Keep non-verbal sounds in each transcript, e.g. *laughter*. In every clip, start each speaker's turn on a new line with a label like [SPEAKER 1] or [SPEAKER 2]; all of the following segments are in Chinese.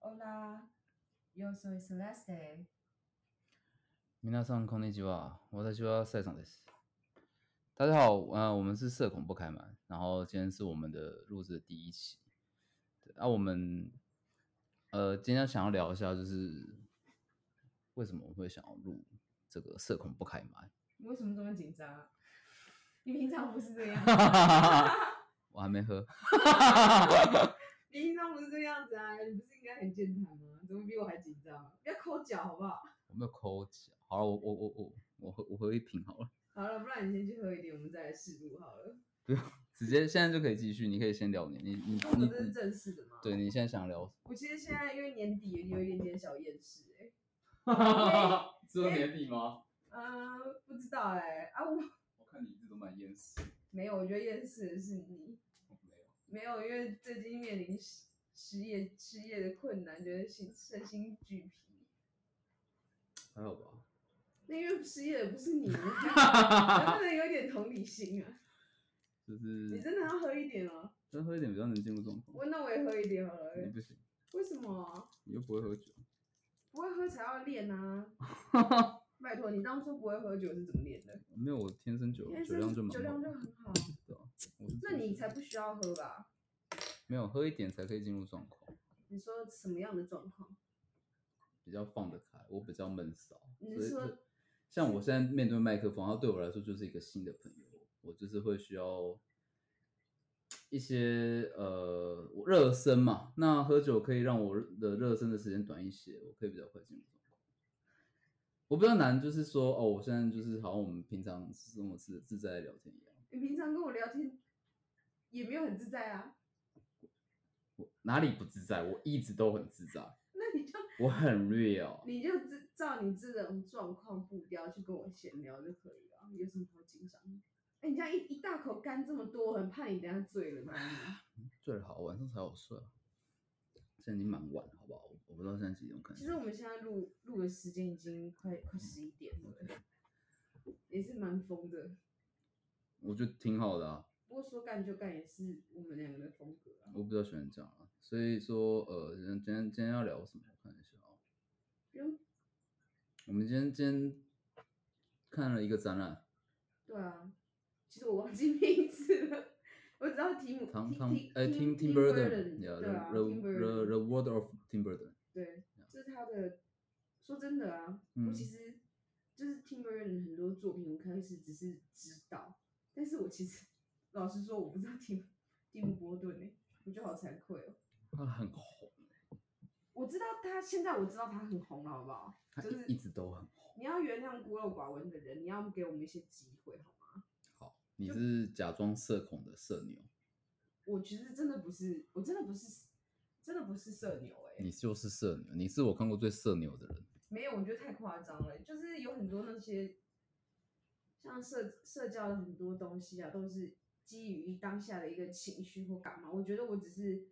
[SPEAKER 1] Hola, yo soy Celeste。
[SPEAKER 2] 皆さんこんにちは，私は赛场です。大家好，呃，我们是社恐不开门，然后今天是我们的录制的第一期。对啊，我们呃，今天想要聊一下，就是为什么我会想要录这个社恐不开麦？
[SPEAKER 1] 你为什么这么紧张啊？ *laughs* 你平常不是这样，
[SPEAKER 2] *laughs*
[SPEAKER 1] 啊
[SPEAKER 2] *laughs* 我还没喝， *laughs*
[SPEAKER 1] 你平常不是这样子啊？你不是应该很健谈吗？怎么比我还紧张啊？不要抠脚好不好？
[SPEAKER 2] 我没有抠脚。好了，我我我我我喝我喝一瓶好了，
[SPEAKER 1] 好了，不然你先去喝一点，我们再来试录好了。
[SPEAKER 2] 直接现在就可以继续。你可以先聊你你你
[SPEAKER 1] 那我
[SPEAKER 2] 你
[SPEAKER 1] 们哦这是
[SPEAKER 2] 你，
[SPEAKER 1] 正式的吗？
[SPEAKER 2] 对你现在想聊，
[SPEAKER 1] 我其实现在因为年底有一点点小厌世哎、
[SPEAKER 2] 只有年底吗？
[SPEAKER 1] 嗯、不知道哎、啊，我 *laughs*
[SPEAKER 2] 我看你一直都蛮厌世，
[SPEAKER 1] 没有，我觉得厌世的是你，
[SPEAKER 2] 我没有。
[SPEAKER 1] 没有，因为最近面临失失业失业的困难，觉得心身心俱疲。
[SPEAKER 2] 还好吧？
[SPEAKER 1] 那因为失业的不
[SPEAKER 2] *laughs*
[SPEAKER 1] 是你，你能不能有点同理心啊？
[SPEAKER 2] 就
[SPEAKER 1] 你
[SPEAKER 2] 是
[SPEAKER 1] 真的要喝一点哦，
[SPEAKER 2] 多喝一点比较能进入状况。
[SPEAKER 1] 我那我也喝一点好了。
[SPEAKER 2] 你不行，
[SPEAKER 1] 为什么？啊
[SPEAKER 2] 你又不会喝酒。
[SPEAKER 1] 不会喝才要练
[SPEAKER 2] *laughs*
[SPEAKER 1] 啊！拜托，你当初不会喝酒是怎么练的？
[SPEAKER 2] 没有，我天生酒
[SPEAKER 1] 因为
[SPEAKER 2] 酒量就蛮
[SPEAKER 1] 酒量就
[SPEAKER 2] 好。
[SPEAKER 1] 很好，
[SPEAKER 2] 对啊，我是
[SPEAKER 1] 那你才不需要喝吧？
[SPEAKER 2] 没有喝一点才可以进入状况，
[SPEAKER 1] 你说什么样的状况？
[SPEAKER 2] 比较放得开。我比较闷骚，
[SPEAKER 1] 你
[SPEAKER 2] 所以
[SPEAKER 1] 说
[SPEAKER 2] 就像我现在面对麦克风，它对我来说就是一个新的朋友，我就是会需要一些呃我热身嘛。那喝酒可以让我的热身的时间短一些，我可以比较快进入状况。我比较难，就是说哦，我现在就是好像我们平常这么自自在地聊天一样。
[SPEAKER 1] 你平常跟我聊天也没有很自在啊，
[SPEAKER 2] 我哪里不自在？我一直都很自在，
[SPEAKER 1] 那你就
[SPEAKER 2] 我很 real。
[SPEAKER 1] 你就自照你这种状况步调去跟我闲聊就可以了，有什么好紧张的？哎、你这样一一大口干这么多，我很怕你等下醉了，你知道吗？
[SPEAKER 2] 最好晚上才好睡啊，现在已经蛮晚了，好不好？我我不知道现在几点，我看一
[SPEAKER 1] *laughs* 其
[SPEAKER 2] 下
[SPEAKER 1] 实我们现在录录的时间已经快快十一点了，也是蛮疯的。
[SPEAKER 2] 我觉得挺好的啊，
[SPEAKER 1] 不过说干就干也是我们两个的风格啊，
[SPEAKER 2] 我比较喜欢这样啊。所以说，呃，今天今天今天要聊什么？我看一下啊，
[SPEAKER 1] 不用
[SPEAKER 2] 我们今天今天看了一个展览，
[SPEAKER 1] 对啊，其实我忘记名字了，我只知道提姆
[SPEAKER 2] 唐
[SPEAKER 1] 提
[SPEAKER 2] 唐
[SPEAKER 1] 提
[SPEAKER 2] 哎
[SPEAKER 1] 提
[SPEAKER 2] Tim
[SPEAKER 1] 提
[SPEAKER 2] Timberden，
[SPEAKER 1] 对
[SPEAKER 2] yeah,
[SPEAKER 1] 啊
[SPEAKER 2] the the
[SPEAKER 1] ，Timberden，
[SPEAKER 2] the world of Timberden，
[SPEAKER 1] 对，这是他的。说真的啊，
[SPEAKER 2] 嗯
[SPEAKER 1] 我其实就是 Timberden 很多作品，我开始只是知道，但是我其实老实说，我不知道 *laughs* 蒂姆蒂姆波顿呢、我觉得好惭愧哦。
[SPEAKER 2] 他很红，
[SPEAKER 1] 我知道他现在我知道他很红了，好不好？
[SPEAKER 2] 他
[SPEAKER 1] 就
[SPEAKER 2] 一
[SPEAKER 1] 是
[SPEAKER 2] 一直都很红。
[SPEAKER 1] 你要原谅孤陋寡闻的人，你要给我们一些机会，好吗？
[SPEAKER 2] 好，你是假装社恐的社牛，
[SPEAKER 1] 我其实真的不是，我真的不是，真的不是社牛哎、
[SPEAKER 2] 你就是社牛，你是我看过最社牛的人。
[SPEAKER 1] 没有，我觉得太夸张了。就是有很多那些像社社交的很多东西啊，都是基于当下的一个情绪或干嘛。我觉得我只是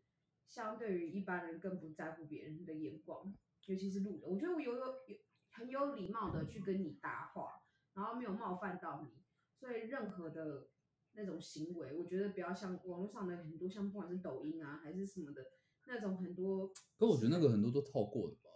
[SPEAKER 1] 相对于一般人更不在乎别人的眼光，尤其是路人。我觉得我有有有很有礼貌的去跟你搭话，然后没有冒犯到你，所以任何的那种行为，我觉得不要像网络上的很多，像不管是抖音啊还是什么的那种很多。
[SPEAKER 2] 可我觉得那个很多都套过的吧，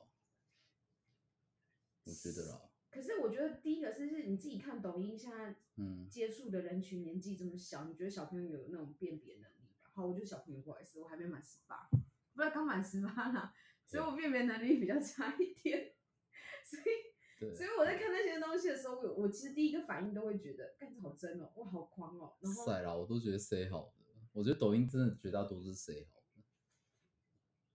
[SPEAKER 2] 我觉得啦，
[SPEAKER 1] 可是我觉得第一个是是你自己看抖音，现在
[SPEAKER 2] 嗯，
[SPEAKER 1] 接触的人群年纪这么小，你觉得小朋友有那种辨别能力吧？好，我觉得小朋友不好意思，我还没满十八，不是刚满十八啦，所以我辨别能力比较差一点。所以，
[SPEAKER 2] 对，
[SPEAKER 1] 所以我在看那些东西的时候，我我其实第一个反应都会觉得，干这好真哦，哇，好狂哦。然后
[SPEAKER 2] 塞啦，我都觉得 C 好的，我觉得抖音真的绝大多数是 C 好的，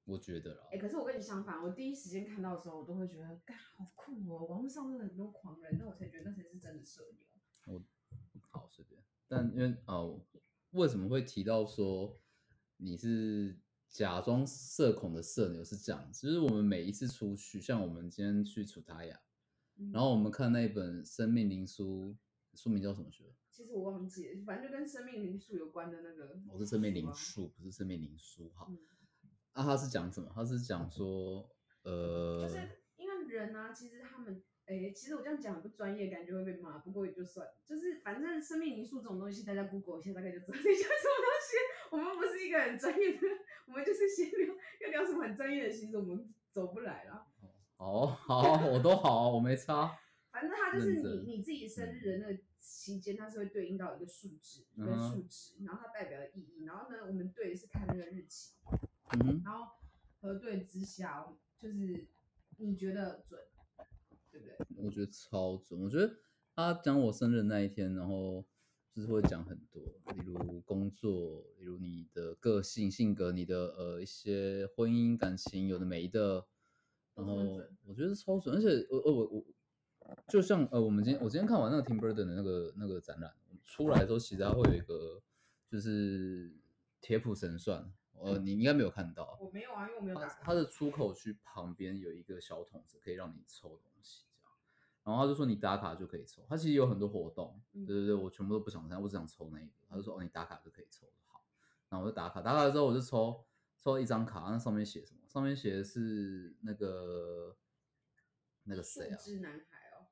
[SPEAKER 2] 我觉得啦
[SPEAKER 1] 哎、，可是我跟你相反，我第一时间看到的时候，我都会觉得，干好酷哦！网络上真的很多狂人，那我才觉得那才是真的社牛。
[SPEAKER 2] 好随便，但因为哦、为什么会提到说你是假装社恐的社牛是这样子？就是我们每一次出去，像我们今天去楚塔雅，
[SPEAKER 1] 嗯
[SPEAKER 2] 然后我们看那一本《生命灵书》，书名叫什么学？
[SPEAKER 1] 其实我忘记了，反正就跟生命灵数有关的那个。啊
[SPEAKER 2] 我哦是生命灵数，不是生命灵书。好，
[SPEAKER 1] 嗯，
[SPEAKER 2] 啊，他是讲什么？他是讲说，呃，
[SPEAKER 1] 就是因为人啊，其实他们，哎、其实我这样讲很不专业，感觉会被骂。不过也就算，就是反正生命灵数这种东西，大家 Google 一下， *laughs* 大概就知道在讲什么东西。我们不是一个很专业的，我们就是闲聊，要聊什么很很专业的，其实我们走不来啦。
[SPEAKER 2] 好哦好，我都好，我没差。
[SPEAKER 1] 反正它就是
[SPEAKER 2] 认
[SPEAKER 1] 你
[SPEAKER 2] 真
[SPEAKER 1] 你自己生日的那个期间，它是会对应到一个数值，一个
[SPEAKER 2] 嗯哼
[SPEAKER 1] 数值，然后它代表的意义。然后呢，我们对的是看那个日期，
[SPEAKER 2] 嗯哼，
[SPEAKER 1] 然后核对之下，就是你觉得准，对不对？
[SPEAKER 2] 我觉得超准。我觉得他讲我生日的那一天，然后就是会讲很多，例如工作，例如你的个性、性格，你的呃一些婚姻、感情，有的没的。
[SPEAKER 1] 都
[SPEAKER 2] 然
[SPEAKER 1] 是很
[SPEAKER 2] 后
[SPEAKER 1] 准
[SPEAKER 2] 我觉得超准，而且我我我我，就像呃，我们今天我今天看完那个 Tim Burton 的那个那个展览，我们出来的时候其实它会有一个就是铁谱神算，呃，
[SPEAKER 1] 嗯
[SPEAKER 2] 你应该没有看到，
[SPEAKER 1] 我没有啊，因为我没有
[SPEAKER 2] 它
[SPEAKER 1] 打卡。
[SPEAKER 2] 它的出口区旁边有一个小桶子，可以让你抽东西，这样。然后他就说你打卡就可以抽，他其实有很多活动，
[SPEAKER 1] 嗯
[SPEAKER 2] 对对对，我全部都不想参加，我只想抽那一个。他就说哦，你打卡就可以抽，好。然后我就打卡，打卡之后我就抽抽一张卡，那上面写什么？上面写的是那个那个谁啊？哦
[SPEAKER 1] 数字男孩哦，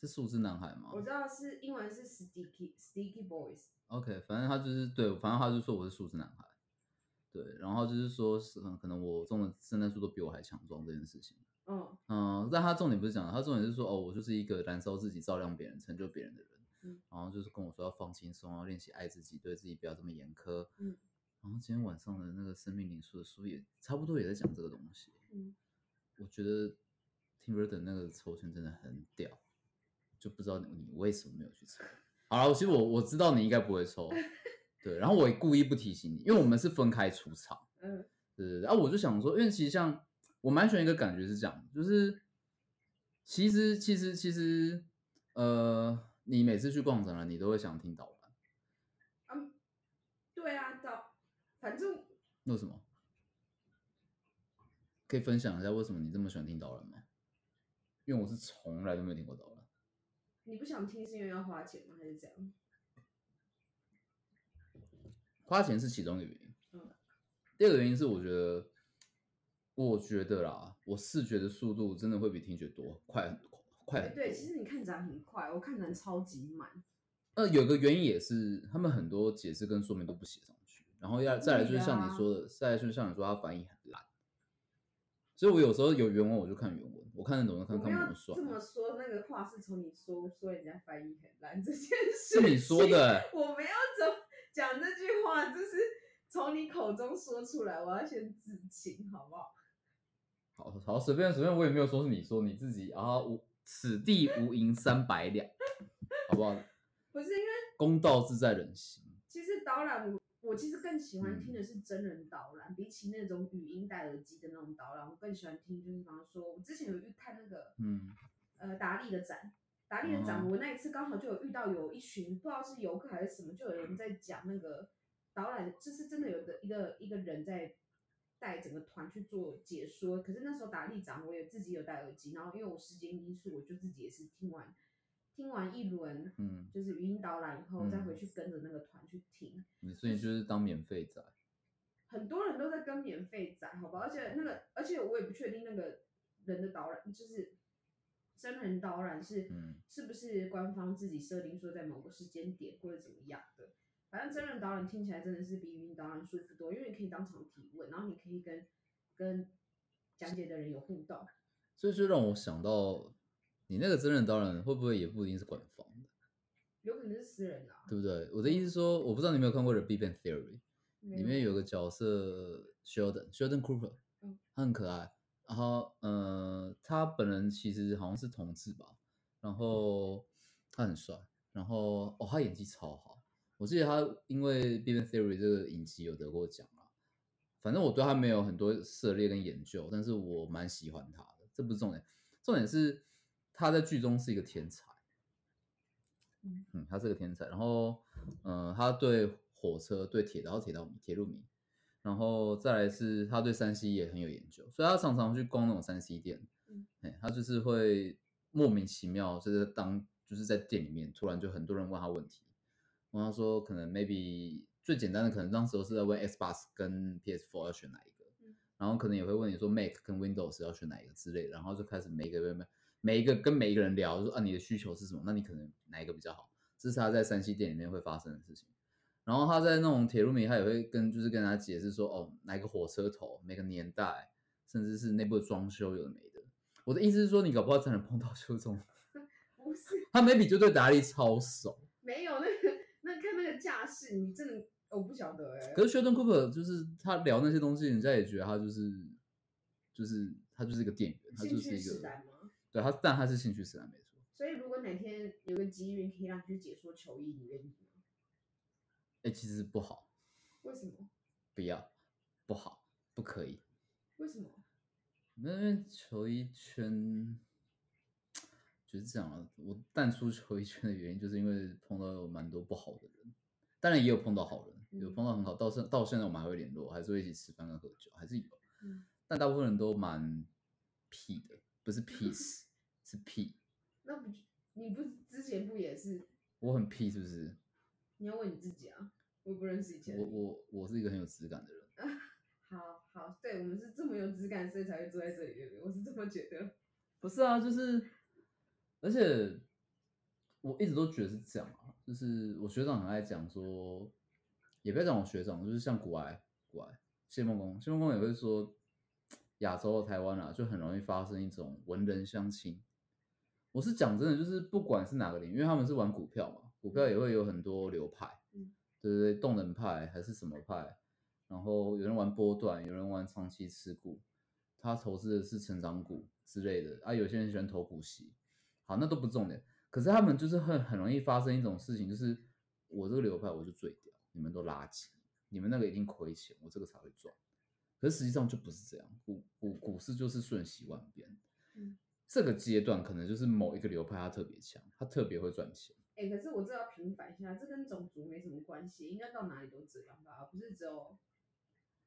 [SPEAKER 2] 是树枝男孩吗
[SPEAKER 1] 我知道是英文是 sticky sticky boys，
[SPEAKER 2] ？OK，反正他就是对，反正他就说我是树枝男孩，对，然后就是说是嗯可能我种的圣诞树都比我还强壮这件事情。
[SPEAKER 1] 嗯
[SPEAKER 2] 嗯，但他重点不是讲，他重点是说，哦，我就是一个燃烧自己、照亮别人、成就别人的人。
[SPEAKER 1] 嗯
[SPEAKER 2] 然后就是跟我说要放轻松，要练习爱自己，对自己不要这么严苛。
[SPEAKER 1] 嗯，
[SPEAKER 2] 然后今天晚上的那个生命灵数的书也差不多也在讲这个东西。
[SPEAKER 1] 嗯，
[SPEAKER 2] 我觉得 Tim Burton 那个抽签真的很屌，就不知道你你为什么没有去抽。好了，其实我我知道你应该不
[SPEAKER 1] *laughs*
[SPEAKER 2] 会抽，对，然后我也故意不提醒你，因为我们是分开出场。
[SPEAKER 1] 嗯
[SPEAKER 2] 对对对，然、后我就想说，因为其实像我蛮喜欢一个感觉是这样，就是其实其实其实呃，你每次去逛展览，你都会想听导览，
[SPEAKER 1] 嗯，对啊，到反正
[SPEAKER 2] 为什么？可以分享一下为什么你这么喜欢听导览吗？因为我是从来都没有听过导览，
[SPEAKER 1] 你不想听是因为要花钱吗？还是怎样？
[SPEAKER 2] 花钱是其中一个原因。
[SPEAKER 1] 嗯
[SPEAKER 2] 第二个原因是我觉得，我觉得啦，我视觉的速度真的会比听觉多快很快
[SPEAKER 1] 哎
[SPEAKER 2] 很多。
[SPEAKER 1] 对，其实你看展很快，我看展超级慢，
[SPEAKER 2] 呃，有个原因也是他们很多解释跟说明都不写上去，然后要再来就是像你说的，再来就是像你说他翻译很烂，所以我有时候有原文我就看原文，我看得懂就
[SPEAKER 1] 我
[SPEAKER 2] 看
[SPEAKER 1] 没有
[SPEAKER 2] 看不懂就
[SPEAKER 1] 这
[SPEAKER 2] 算
[SPEAKER 1] 么
[SPEAKER 2] 了。
[SPEAKER 1] 说，那个话是从你说说人家翻译很烂这件事，
[SPEAKER 2] 是你说，的、
[SPEAKER 1] 我没有怎讲这句话，就是从你口中说出来，我要先自清，好不好？
[SPEAKER 2] 好好随便随便，我也没有说是你说你自己啊，无此地无银三百两，好不好？
[SPEAKER 1] 不是因为
[SPEAKER 2] 公道自在人心。
[SPEAKER 1] 其实导览我我其实更喜欢
[SPEAKER 2] 嗯
[SPEAKER 1] 听的是真人导览，比起那种语音戴耳机的那种导览，我更喜欢听就是比方说，我之前有去看那个
[SPEAKER 2] 嗯，
[SPEAKER 1] 呃达利的展，达利的展，
[SPEAKER 2] 哦
[SPEAKER 1] 我那一次刚好就有遇到有一群不知道是游客还是什么，就有人在讲那个导览，就是真的有个一个一个人在带整个团去做解说。可是那时候达利展，我也自己有戴耳机，然后因为我时间因素，我就自己也是听完听完一轮，
[SPEAKER 2] 嗯
[SPEAKER 1] 就是语音导览以后，再
[SPEAKER 2] 嗯
[SPEAKER 1] 回去跟着那个团去听。
[SPEAKER 2] 你所以就是当免费仔，
[SPEAKER 1] 很多人都在跟免费展，好吧？而且那个，而且我也不确定那个人的导览，就是真人导览是、
[SPEAKER 2] 嗯
[SPEAKER 1] 是不是官方自己设定说在某个时间点或者怎么样的。反正真人导览听起来真的是比语音导览舒服多，因为你可以当场提问，然后你可以跟跟讲解的人有互动。
[SPEAKER 2] 所以就让我想到，你那个真人导览会不会也不一定是官方的？
[SPEAKER 1] 有可能是私人啊，
[SPEAKER 2] 对不对？我的意思是说，我不知道你有没有看过《The Big Bang Theory》，里面
[SPEAKER 1] 没
[SPEAKER 2] 有个角色 Sheldon，Sheldon Cooper，
[SPEAKER 1] 嗯
[SPEAKER 2] 他很可爱。然后，呃，他本人其实好像是同志吧，然后他很帅，然后哦，他演技超好。我记得他因为《Big Bang Theory》这个影集有得过奖啊。反正我对他没有很多涉猎跟研究，但是我蛮喜欢他的，这不是重点，重点是他在剧中是一个天才。嗯，他是个天才。然后，呃，他对火车、对铁道、铁道迷、铁路迷，然后再来是他对山西也很有研究，所以他常常去逛那种山西店。
[SPEAKER 1] 嗯
[SPEAKER 2] 哎，他就是会莫名其妙，就是当就是在店里面，突然就很多人问他问题，问他说可能 maybe 最简单的可能当时候是在问 Xbox 跟 PS4 要选哪一个，
[SPEAKER 1] 嗯
[SPEAKER 2] 然后可能也会问你说 Mac 跟 Windows 要选哪一个之类的，然后就开始每一个每每一个跟每一个人聊，就说啊你的需求是什么，那你可能哪一个比较好，这是他在山西店里面会发生的事情。然后他在那种铁路迷，他也会跟就是跟他解释说，哦，哪个火车头，每个年代，甚至是内部的装修有的没的。我的意思是说，你搞不好真的碰到就这种，
[SPEAKER 1] 不是
[SPEAKER 2] 他 maybe 就对达利超熟。
[SPEAKER 1] 没有那个那看那个架势，你真的我不晓得哎、
[SPEAKER 2] 可是 Sheldon Cooper 就是他聊那些东西，人家也觉得他就是就是他就是一个店员，他就
[SPEAKER 1] 兴
[SPEAKER 2] 是
[SPEAKER 1] 趣
[SPEAKER 2] 一
[SPEAKER 1] 使
[SPEAKER 2] 个
[SPEAKER 1] 然吗？
[SPEAKER 2] 对他，但他是兴趣使然没错。
[SPEAKER 1] 所以如果哪天有个机运可以让你去解说球衣，你愿意吗？
[SPEAKER 2] 哎、其实不好，
[SPEAKER 1] 为什么？
[SPEAKER 2] 不要，不好，不可以。
[SPEAKER 1] 为什么？
[SPEAKER 2] 那边球衣圈就是这样啊。我淡出球衣圈的原因，就是因为碰到有蛮多不好的人，当然也有碰到好人，有碰到很好，到现到现在我们还会联络，还是会一起吃饭跟喝酒，还是有。
[SPEAKER 1] 嗯
[SPEAKER 2] 但大部分人都蛮屁的，不是 peace，是屁。
[SPEAKER 1] 那不就你不是之前不也是？
[SPEAKER 2] 我很屁是不是？
[SPEAKER 1] 你要问你自己啊，我不认识 *laughs* 以前的
[SPEAKER 2] 我
[SPEAKER 1] 你
[SPEAKER 2] 我我是一个很有质感的人。
[SPEAKER 1] 好好，对我们是这么有质感，所以才会坐在这里，对不对？我是这么觉得。
[SPEAKER 2] 不是啊，就是，而且我一直都觉得是这样啊，就是我学长很爱讲说，也不要讲我学长，就是像古埃古埃谢梦工，谢梦工也会说，亚洲台湾啊，就很容易发生一种文人相亲。我是讲真的，就是不管是哪个领域，因为他们是玩股票嘛，股票也会有很多流派，
[SPEAKER 1] 嗯
[SPEAKER 2] 对对对，动能派还是什么派，然后有人玩波段，有人玩长期持股，他投资的是成长股之类的啊，有些人喜欢投股息，好，那都不重点。可是他们就是很很容易发生一种事情，就是我这个流派我就最屌，你们都垃圾，你们那个一定亏钱，我这个才会赚。可是实际上就不是这样，股股股市就是瞬息万变。
[SPEAKER 1] 嗯
[SPEAKER 2] 这个阶段可能就是某一个流派它特别强，它特别会赚钱。
[SPEAKER 1] 哎、可是我这要平反一下，这跟种族没什么关系，应该到哪里都这样吧？不是只有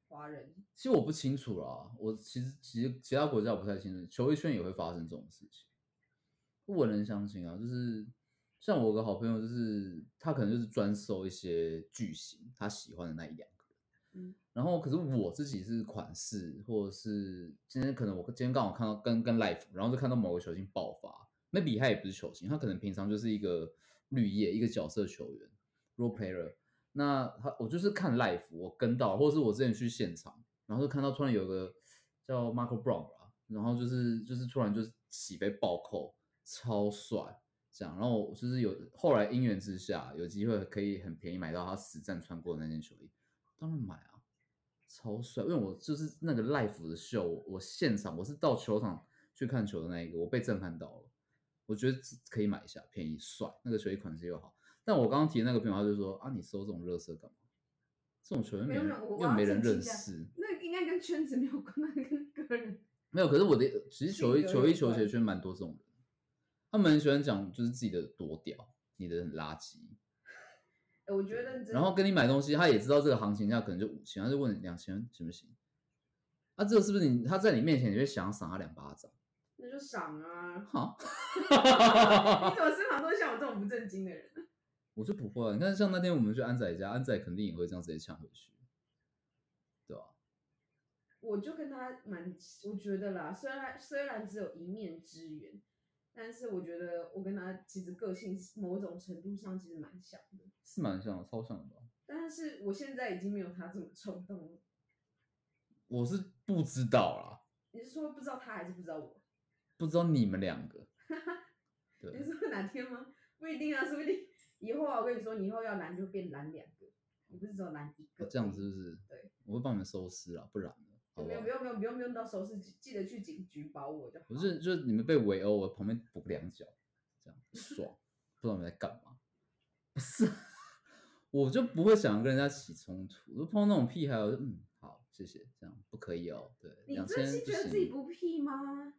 [SPEAKER 1] 华人？
[SPEAKER 2] 其实我不清楚啦，我其实其实其他国家我不太清楚，球衣圈也会发生这种事情，我能相信啊，就是像我有个好朋友，就是他可能就是专收一些巨星，他喜欢的那一两个人，
[SPEAKER 1] 嗯，
[SPEAKER 2] 然后可是我自己是款式，或者是今天可能我今天刚好看到跟跟 Life，然后就看到某个球星爆发，maybe 他也不是球星，他可能平常就是一个绿叶一个角色球员，role player。那他我就是看 live，我跟到，或者是我之前去现场，然后就看到突然有个叫 Marco Brown 吧，然后就是就是突然就是起飞暴扣，超帅这样，然后我就是有后来因缘之下有机会可以很便宜买到他实战穿过的那件球衣，当然买啊，超帅，因为我就是那个 live 的秀，我我现场我是到球场去看球的那一个，我被震撼到了，我觉得可以买一下，便宜帅，那个球衣款式又好。但我刚刚提的那个朋友，他就说啊，你收这种热色干嘛？这种球员
[SPEAKER 1] 没
[SPEAKER 2] 没
[SPEAKER 1] 有
[SPEAKER 2] 人
[SPEAKER 1] 没有我我
[SPEAKER 2] 又
[SPEAKER 1] 要
[SPEAKER 2] 没
[SPEAKER 1] 澄
[SPEAKER 2] 人
[SPEAKER 1] 清
[SPEAKER 2] 认
[SPEAKER 1] 一下
[SPEAKER 2] 识，
[SPEAKER 1] 那应该跟圈子没有关， *laughs* 那跟个人。
[SPEAKER 2] 没有。可是我的其实
[SPEAKER 1] 性
[SPEAKER 2] 球衣
[SPEAKER 1] 格
[SPEAKER 2] 球衣
[SPEAKER 1] 有
[SPEAKER 2] 球
[SPEAKER 1] 关
[SPEAKER 2] 鞋圈蛮多这种人，他们很喜欢讲就是自己的多屌，你的很垃圾，
[SPEAKER 1] 哎、我觉得认真。
[SPEAKER 2] 然后跟你买东西，他也知道这个行情价可能就五千，他就问你两千行不行？啊，这个是不是你他在你面前你会想要赏他两巴掌？
[SPEAKER 1] 那就赏啊！ *laughs*
[SPEAKER 2] 哈，
[SPEAKER 1] 你怎么身旁都像我这种不正经的人？
[SPEAKER 2] *laughs* 我就不会啊。你看，像那天我们去安仔家，安仔肯定也会这样直接抢回去，对吧、
[SPEAKER 1] 我就跟他蛮，我觉得啦，虽然虽然只有一面之缘，但是我觉得我跟他其实个性是某种程度上其实蛮像的，
[SPEAKER 2] 是蛮像的，超像的吧。
[SPEAKER 1] 但是我现在已经没有他这么冲动了。
[SPEAKER 2] 我是不知道啦，
[SPEAKER 1] 你是说不知道他还是不知道我？
[SPEAKER 2] 不知道你们两
[SPEAKER 1] *laughs*
[SPEAKER 2] 个。
[SPEAKER 1] 你
[SPEAKER 2] 对，
[SPEAKER 1] 是说哪天吗？不一定啊，说不定以后啊，我跟你说，你以后要蓝就变蓝两个，你不是只有蓝一个。
[SPEAKER 2] 哦这样子是不是？
[SPEAKER 1] 对，
[SPEAKER 2] 我会帮你们收尸啦，不然呢好
[SPEAKER 1] 就
[SPEAKER 2] 不
[SPEAKER 1] 没有
[SPEAKER 2] 好
[SPEAKER 1] 不？用不用不用不用到收拾，记记得去警局保我就好。
[SPEAKER 2] 不是，就是你们被围殴，我旁边补两脚，这样爽，不知道你们在干嘛。不是， *laughs* 我就不会想跟人家起冲突，就碰到那种屁孩，我就嗯，好，谢谢，这样不可以哦。对，
[SPEAKER 1] 你
[SPEAKER 2] 两
[SPEAKER 1] 真
[SPEAKER 2] 千
[SPEAKER 1] 心
[SPEAKER 2] 不
[SPEAKER 1] 觉得自己
[SPEAKER 2] 行。
[SPEAKER 1] 不屁吗？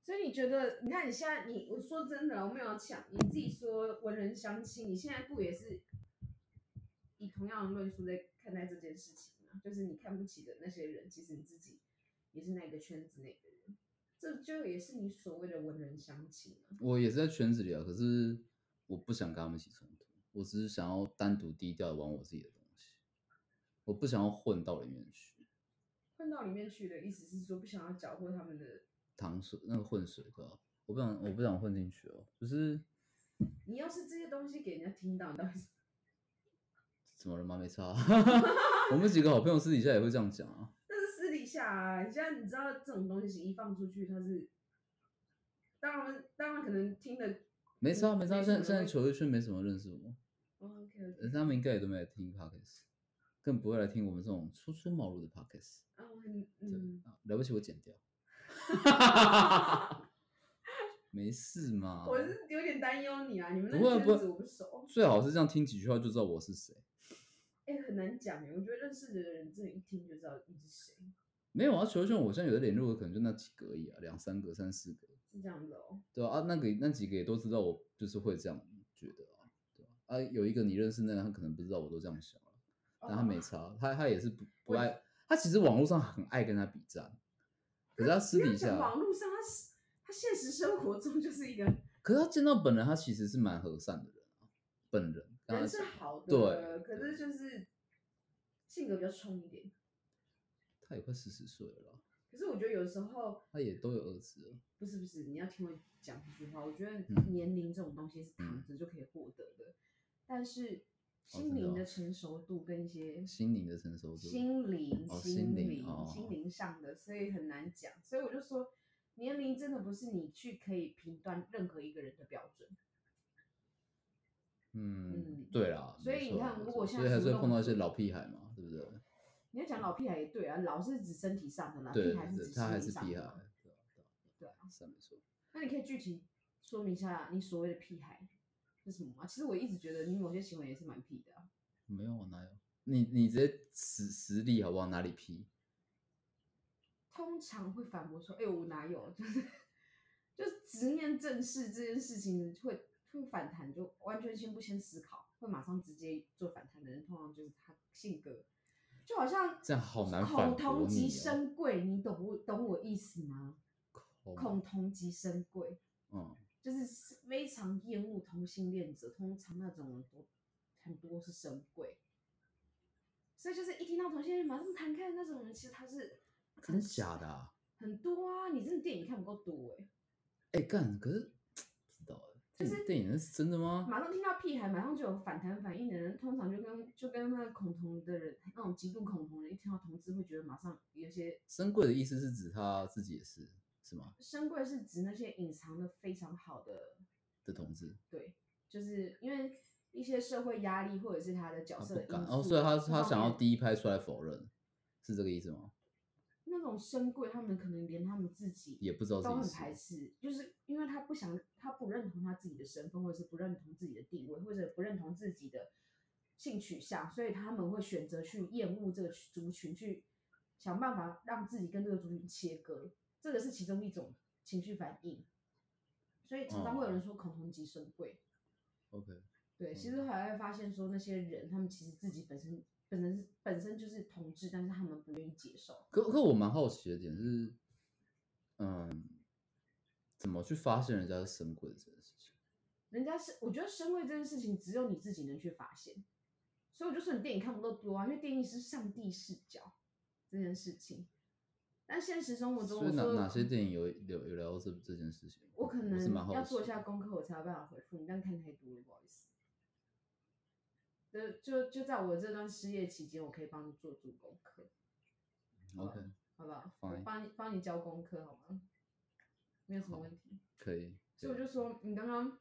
[SPEAKER 1] 所以你觉得，你看你现在，你我说真的啦，我没有要抢，你自己说文人相亲，你现在不也是以同样的论述在看待这件事情吗？就是你看不起的那些人，其实你自己也是那个圈子内的人，这就也是你所谓的文人相亲啊。
[SPEAKER 2] 我也是在圈子里啊，可是我不想跟他们起冲突，我只是想要单独低调的玩我自己的东西，我不想要混到里面去。
[SPEAKER 1] 混到里面去的意思是说，不想要搅和他们的，
[SPEAKER 2] 糖水那个混水对吧？我不想我不想混进去哦，就是
[SPEAKER 1] 你要是这些东西给人家听到，你到底是
[SPEAKER 2] 怎么了吗？没差啊、 *laughs* 我们几个好朋友私底下也会这样讲啊。
[SPEAKER 1] 那是私底下啊，你现在你知道这种东西一放出去，它是，当然当然可能听的
[SPEAKER 2] 没差啊，没差啊。
[SPEAKER 1] 嗯没
[SPEAKER 2] 现在
[SPEAKER 1] 什么
[SPEAKER 2] 现在
[SPEAKER 1] 会
[SPEAKER 2] 球队圈没什么认识我，
[SPEAKER 1] 哦，OK
[SPEAKER 2] 呃
[SPEAKER 1] OK，
[SPEAKER 2] 他们应该也都没来听 podcast，更不会来听我们这种初出茅庐的 podcast。
[SPEAKER 1] 嗯很
[SPEAKER 2] 对
[SPEAKER 1] 嗯，
[SPEAKER 2] 啊了不起我剪掉， *laughs* 没事嘛。
[SPEAKER 1] 我是有点担忧你啊，你们那
[SPEAKER 2] 哦不会
[SPEAKER 1] 个圈
[SPEAKER 2] 啊不
[SPEAKER 1] 子我不
[SPEAKER 2] 会
[SPEAKER 1] 熟，，
[SPEAKER 2] 最好是这样听几句话就知道我是谁。
[SPEAKER 1] 哎、很难讲哎，我觉得认识的人真的一听就知道你是谁，
[SPEAKER 2] 没有啊，球圈我现在有的联络的可能就那几个而已啊，两三个、三四个，
[SPEAKER 1] 是这样子哦，
[SPEAKER 2] 对啊，啊那个那几个也都知道我就是会这样觉得啊，对啊，啊有一个你认识那个，他可能不知道我都这样想啊，但他没
[SPEAKER 1] 哦
[SPEAKER 2] 差，他他也是不不
[SPEAKER 1] 我
[SPEAKER 2] 爱，他其实网络上很爱跟他比战，可是他私
[SPEAKER 1] 不要
[SPEAKER 2] 底
[SPEAKER 1] 讲
[SPEAKER 2] 下
[SPEAKER 1] 网，络上他是他现实生活中就是一
[SPEAKER 2] *laughs*
[SPEAKER 1] 个
[SPEAKER 2] 可是他见到本人，他其实是蛮和善的人啊，本人跟他
[SPEAKER 1] 人是
[SPEAKER 2] 讲
[SPEAKER 1] 好的，
[SPEAKER 2] 对
[SPEAKER 1] 可是就是性格比较冲一点。
[SPEAKER 2] 他也快四十岁了啦，
[SPEAKER 1] 可是我觉得有时候
[SPEAKER 2] 他也都有儿子了，
[SPEAKER 1] 不是不是，你要听我讲这句话，我觉得
[SPEAKER 2] 嗯
[SPEAKER 1] 年龄这种东西是躺
[SPEAKER 2] 嗯
[SPEAKER 1] 着就可以获得的，但是
[SPEAKER 2] 真
[SPEAKER 1] 心
[SPEAKER 2] 的
[SPEAKER 1] 灵
[SPEAKER 2] 哦
[SPEAKER 1] 的成熟度跟一些
[SPEAKER 2] 心灵的成熟度，
[SPEAKER 1] 心灵、
[SPEAKER 2] 哦心
[SPEAKER 1] 心
[SPEAKER 2] 灵
[SPEAKER 1] 灵、
[SPEAKER 2] 哦
[SPEAKER 1] 心灵上的，所以很难讲。所以我就说，年龄真的不是你去可以评断任何一个人的标准。
[SPEAKER 2] 嗯
[SPEAKER 1] 嗯，
[SPEAKER 2] 对啦，
[SPEAKER 1] 所
[SPEAKER 2] 没
[SPEAKER 1] 以你
[SPEAKER 2] 错
[SPEAKER 1] 看
[SPEAKER 2] 没
[SPEAKER 1] 如
[SPEAKER 2] 错
[SPEAKER 1] 果
[SPEAKER 2] 所
[SPEAKER 1] 像
[SPEAKER 2] 以还
[SPEAKER 1] 什
[SPEAKER 2] 是
[SPEAKER 1] 么
[SPEAKER 2] 会碰
[SPEAKER 1] 都
[SPEAKER 2] 到一
[SPEAKER 1] 不
[SPEAKER 2] 些
[SPEAKER 1] 做
[SPEAKER 2] 老屁孩嘛，对不对？
[SPEAKER 1] 你要讲老屁孩也对啊，老是指身体上的啦，
[SPEAKER 2] 对
[SPEAKER 1] 屁孩是
[SPEAKER 2] 对，
[SPEAKER 1] 指
[SPEAKER 2] 他
[SPEAKER 1] 心
[SPEAKER 2] 还
[SPEAKER 1] 灵
[SPEAKER 2] 是
[SPEAKER 1] 上
[SPEAKER 2] 屁
[SPEAKER 1] 的
[SPEAKER 2] 孩
[SPEAKER 1] 嘛。，
[SPEAKER 2] 对啊对
[SPEAKER 1] 对
[SPEAKER 2] 啊
[SPEAKER 1] 啊，
[SPEAKER 2] 是啊没错。
[SPEAKER 1] 那你可以具体说明一下你所谓的屁孩是什么吗？其实我一直觉得你某些行为也是蛮屁的、啊。
[SPEAKER 2] 没有哪有？你你直接实实力好不好？哪里批？
[SPEAKER 1] 通常会反驳说：“哎、我哪有？”就是就是直面正视这件事情会会反弹，就完全先不先思考，会马上直接做反弹的人，通常就是他性格就好像
[SPEAKER 2] 这样好难
[SPEAKER 1] 恐
[SPEAKER 2] 反驳
[SPEAKER 1] 同即
[SPEAKER 2] 你哦。
[SPEAKER 1] 生贵，你懂不懂我意思吗？
[SPEAKER 2] 恐
[SPEAKER 1] 恐同即生贵，
[SPEAKER 2] 嗯，
[SPEAKER 1] 就是非常厌恶同性恋者，通常那种人都很多是神鬼，所以就是一听到同性恋马上弹开的那种人，其实他是
[SPEAKER 2] 真的假的啊？
[SPEAKER 1] 很多啊，你真的电影看不够多哎、
[SPEAKER 2] 哎干，可是不知道哎，
[SPEAKER 1] 就
[SPEAKER 2] 电影电影那是真的吗？
[SPEAKER 1] 马上听到屁孩，马上就有反弹反应的人，通常就跟就跟那个恐同的人，那种极度恐同的人，一听到同志会觉得马上有些
[SPEAKER 2] 深贵的意思是指他自己也是是吗？
[SPEAKER 1] 深贵，是指那些隐藏的非常好的，
[SPEAKER 2] 的同志，
[SPEAKER 1] 对，就是因为一些社会压力或者是他的角
[SPEAKER 2] 他
[SPEAKER 1] 色
[SPEAKER 2] 不
[SPEAKER 1] 的因素，
[SPEAKER 2] 敢哦，所以他
[SPEAKER 1] 这
[SPEAKER 2] 他
[SPEAKER 1] 方
[SPEAKER 2] 想要
[SPEAKER 1] 面
[SPEAKER 2] 第一拍出来否认，是这个意思吗？
[SPEAKER 1] 那种深贵，他们可能连他们自己
[SPEAKER 2] 也不知道自
[SPEAKER 1] 都
[SPEAKER 2] 己
[SPEAKER 1] 很
[SPEAKER 2] 是
[SPEAKER 1] 排斥，就是因为他不想，他不认同他自己的身份，或者是不认同自己的地位，或者不认同自己的性取向，所以他们会选择去厌恶这个族群，去想办法让自己跟这个族群切割，这个是其中一种情绪反应。所以常常会有
[SPEAKER 2] 哦
[SPEAKER 1] 人说恐同即生贵，
[SPEAKER 2] OK。
[SPEAKER 1] 对，其
[SPEAKER 2] 嗯
[SPEAKER 1] 实后来会发现说那些人，他们其实自己本身本身是本身就是同志，但是他们不愿意接受。
[SPEAKER 2] 可可我蛮好奇的点是，嗯，怎么去发现人家是神棍这件事情？
[SPEAKER 1] 人家是，我觉得身位这件事情只有你自己能去发现，所以我就说你电影看不够多啊，因为电影是上帝视角这件事情。但现实生活中，
[SPEAKER 2] 所
[SPEAKER 1] 我
[SPEAKER 2] 以哪
[SPEAKER 1] 说嗯
[SPEAKER 2] 哪些电影有有有聊到这这件事情？
[SPEAKER 1] 我可
[SPEAKER 2] 是蛮
[SPEAKER 1] 能
[SPEAKER 2] 好
[SPEAKER 1] 要做一
[SPEAKER 2] 奇
[SPEAKER 1] 下
[SPEAKER 2] 的
[SPEAKER 1] 功课，我才有办法回复你，但看太多了，不好意思。就就就在我这段失业期间，我可以帮你做足功课，好吧
[SPEAKER 2] OK，
[SPEAKER 1] 好不好？
[SPEAKER 2] Fine
[SPEAKER 1] 我帮你帮你教功课好吗？没有什么问题。
[SPEAKER 2] 可以。
[SPEAKER 1] 所以我
[SPEAKER 2] 可以
[SPEAKER 1] 就说，你刚刚